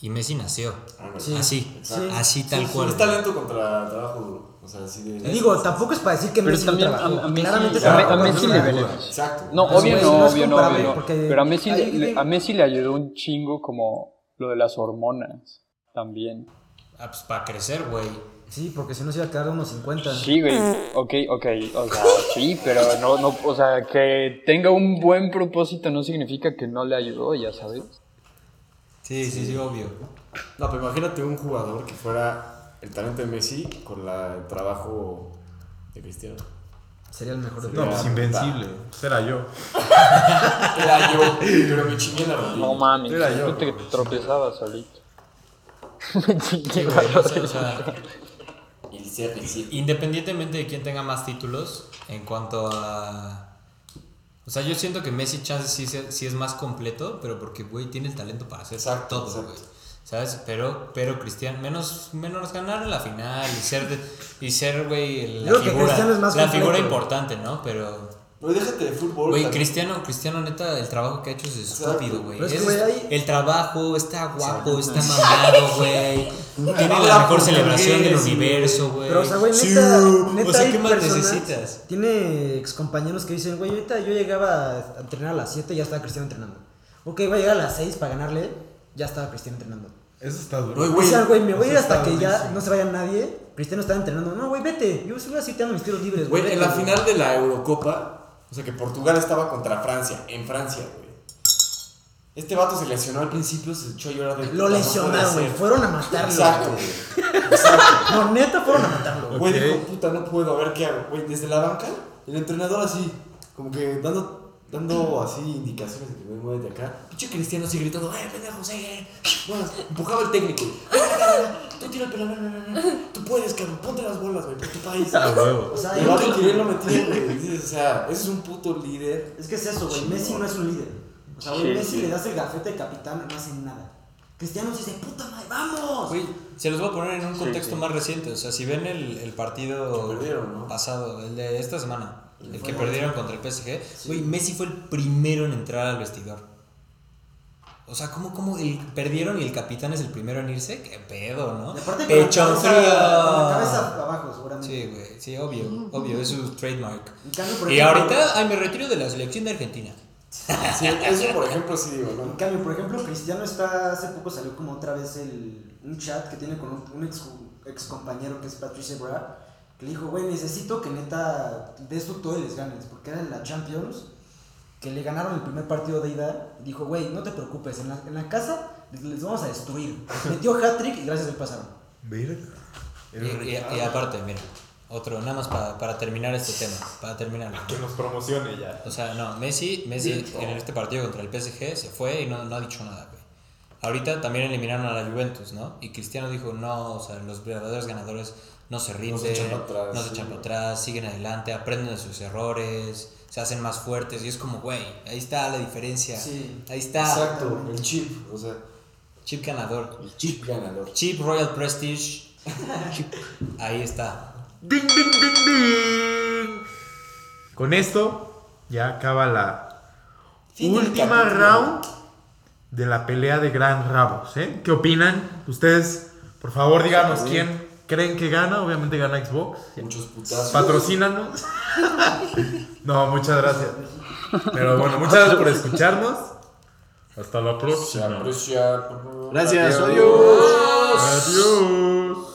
D: y Messi nació.
I: Ándale.
F: Sí.
D: Así,
F: Sí.
D: así tal
I: Sí, sí,
D: cual.
I: Es talento contra trabajo duro. O sea, así de.
F: Y digo, tampoco es para decir que
C: Pero
F: Messi no
C: también a,
F: trabajó.
C: a
F: Claramente
C: Messi, a,
F: trabajó
C: Me- a
F: con
C: Messi le
F: una-
C: beneficia.
I: Exacto.
C: No,
F: Entonces,
C: obvio
F: güey,
C: no,
F: no es
C: obvio no,
F: comparable
C: obvio no.
F: porque
C: Pero a Messi, le-
F: hay
C: le-
F: de-
C: a Messi le ayudó un chingo como lo de las hormonas también.
D: Ah, pues para crecer, güey.
F: Sí, porque si no se iba a quedar unos 50.
C: Sí, güey. Ok, ok. O sea, sí, pero no, no, o sea, que tenga un buen propósito no significa que no le ayudó, ya sabes.
D: Sí, sí, sí, obvio.
I: No, pero imagínate un jugador que fuera el talento de Messi con la, el trabajo de Cristiano.
F: Sería el mejor de
B: No,
F: todos.
B: pues invencible. Será yo.
I: Era Ah, yo, pero me chingué la rodilla.
C: No mames,
B: Era yo,
C: tú te tropezabas solito.
D: Sí, güey, no sé, o sea,
I: Y el CR7.
D: independientemente de quién tenga más títulos, en cuanto a. O sea, yo siento que Messi chance sí, se- sí es más completo, pero porque, güey, tiene el talento para hacer
I: Exacto,
D: todo,
I: exacto.
D: güey. ¿Sabes? Pero, pero Cristiano, menos, menos ganar la final y ser, de- y ser güey, la
F: Yo creo que
D: figura.
F: Cristiano es más
D: la
F: completo.
D: figura importante, ¿no? Pero,
I: Pero déjate de fútbol.
D: güey,
I: también.
D: Cristiano, Cristiano, neta, el trabajo que ha hecho es estúpido, güey.
F: Pero es que,
D: Es-
F: güey, ahí-
D: El trabajo, está guapo, está mamado, güey. Tiene la mejor celebración del universo, güey.
F: Pero, o sea, güey, neta,
D: Sí,
F: neta
D: o sea,
F: hay
D: ¿qué más
F: personas-
D: necesitas?
F: Tiene excompañeros que dicen, güey, ahorita yo llegaba a entrenar a las 7 y ya estaba Cristiano entrenando. Ok, voy a llegar a las 6 para ganarle, ya estaba Cristiano entrenando.
H: Eso está
I: Oye,
H: duro.
F: O
I: güey,
F: sea, güey, me voy a ir
H: eso
F: hasta
H: está
F: que ya
H: durísimo.
F: no se vaya nadie. Cristiano estaba entrenando. No, güey, vete. Yo sigo así tirando mis tiros libres,
I: Güey,
F: vete,
I: en la final de la Eurocopa, o sea que Portugal estaba contra Francia, en Francia, güey. Este vato se lesionó al principio, se echó a llorar de
F: Lo
I: puta, no
F: lesionaron,
I: puede
F: güey.
I: ser.
F: Fueron a matarlo.
I: Exacto,
F: güey.
I: güey. Exacto.
F: No, neta, fueron a matarlo. güey.
I: Güey,
B: Ok.
I: dijo, puta, no puedo, a ver qué hago. Güey, desde la banca, el entrenador así, como que dando, dando así indicaciones de que me mueve de acá. Pinche Cristiano así gritando, ¡eh, pendejo, sigue! Bolas. Empujaba al técnico. "Ven, ven, ven, ven, Tú tira el pelón, no, no, no. Tú puedes, cabrón, ponte las bolas, güey, por tu país.
B: A Ah, huevo.
F: O sea,
I: El vato que lo metió, güey. Dices, O sea, ese es un puto líder.
F: Es que es eso, güey. Messi no es un líder. O sea, güey,
C: Sí,
F: Messi
C: sí.
F: le das el gafete de capitán, no hace nada. Cristiano dice, puta madre, vamos.
D: Güey, se los voy a poner en un contexto
C: sí.
D: más reciente. O sea, si ven el, el partido
I: Que perdieron, ¿no?
D: pasado, el de esta semana, el que perdieron contra el PSG, güey, Messi fue el primero en entrar al vestidor. O sea, ¿cómo, cómo el, perdieron y el capitán es el primero en irse? ¡Qué pedo, no?
F: Y aparte con la
D: ¡Pecho
F: cabeza- con la cabeza
D: frío!
F: abajo, seguramente.
D: Sí, güey, sí, obvio, obvio, es su trademark.
F: En cambio, por
D: Y
F: ejemplo-
D: ahorita, ay, me retiro de la selección de Argentina.
I: Sí, eso, por ejemplo, sí digo,
F: En
I: ¿no?
F: cambio, por ejemplo, Cristiano está, hace poco salió como otra vez el, un chat que tiene con un, un ex, ex compañero que es Patrice Evra, que le dijo, güey, necesito que neta des tú todo y les ganes, porque era en la Champions, que le ganaron el primer partido de ida, y dijo, güey, no te preocupes, en la, en la casa les, les vamos a destruir. Metió hat-trick y gracias a él pasaron.
H: Verga.
D: Y,
H: El
D: y-
H: Ricardo.
D: y aparte, mira, otro, nada más para, para terminar este tema, para terminarlo.
H: Que nos promocione ya.
D: O sea, no, Messi, Messi en este partido contra el PSG se fue y no, no ha dicho nada, güey. Ahorita también eliminaron a la Juventus, ¿no? Y Cristiano dijo, no, o sea, los verdaderos ganadores no se rinden, no se echan para atrás,
I: sí.
D: siguen adelante, aprenden de sus errores, se hacen más fuertes y es como, güey, ahí está la diferencia.
F: Sí.
D: Ahí está.
I: Exacto, el chip, o sea,
D: Chip ganador.
I: el chip ganador.
D: Chip Royal Prestige.
F: *laughs*
D: Chip. Ahí está.
B: ¡Ding, ding, ding, ding! Con esto ya acaba la última round de la pelea de Gran Rabos. ¿eh? ¿Qué opinan? Ustedes, por favor, díganos quién creen que gana. Obviamente gana Xbox.
I: Muchos putazos.
D: *laughs*
B: Patrocínanos. No, muchas gracias. Pero bueno, muchas gracias por escucharnos. Hasta la
I: Se
B: próxima.
I: aprecia.
J: Gracias.
B: Adiós. Adiós.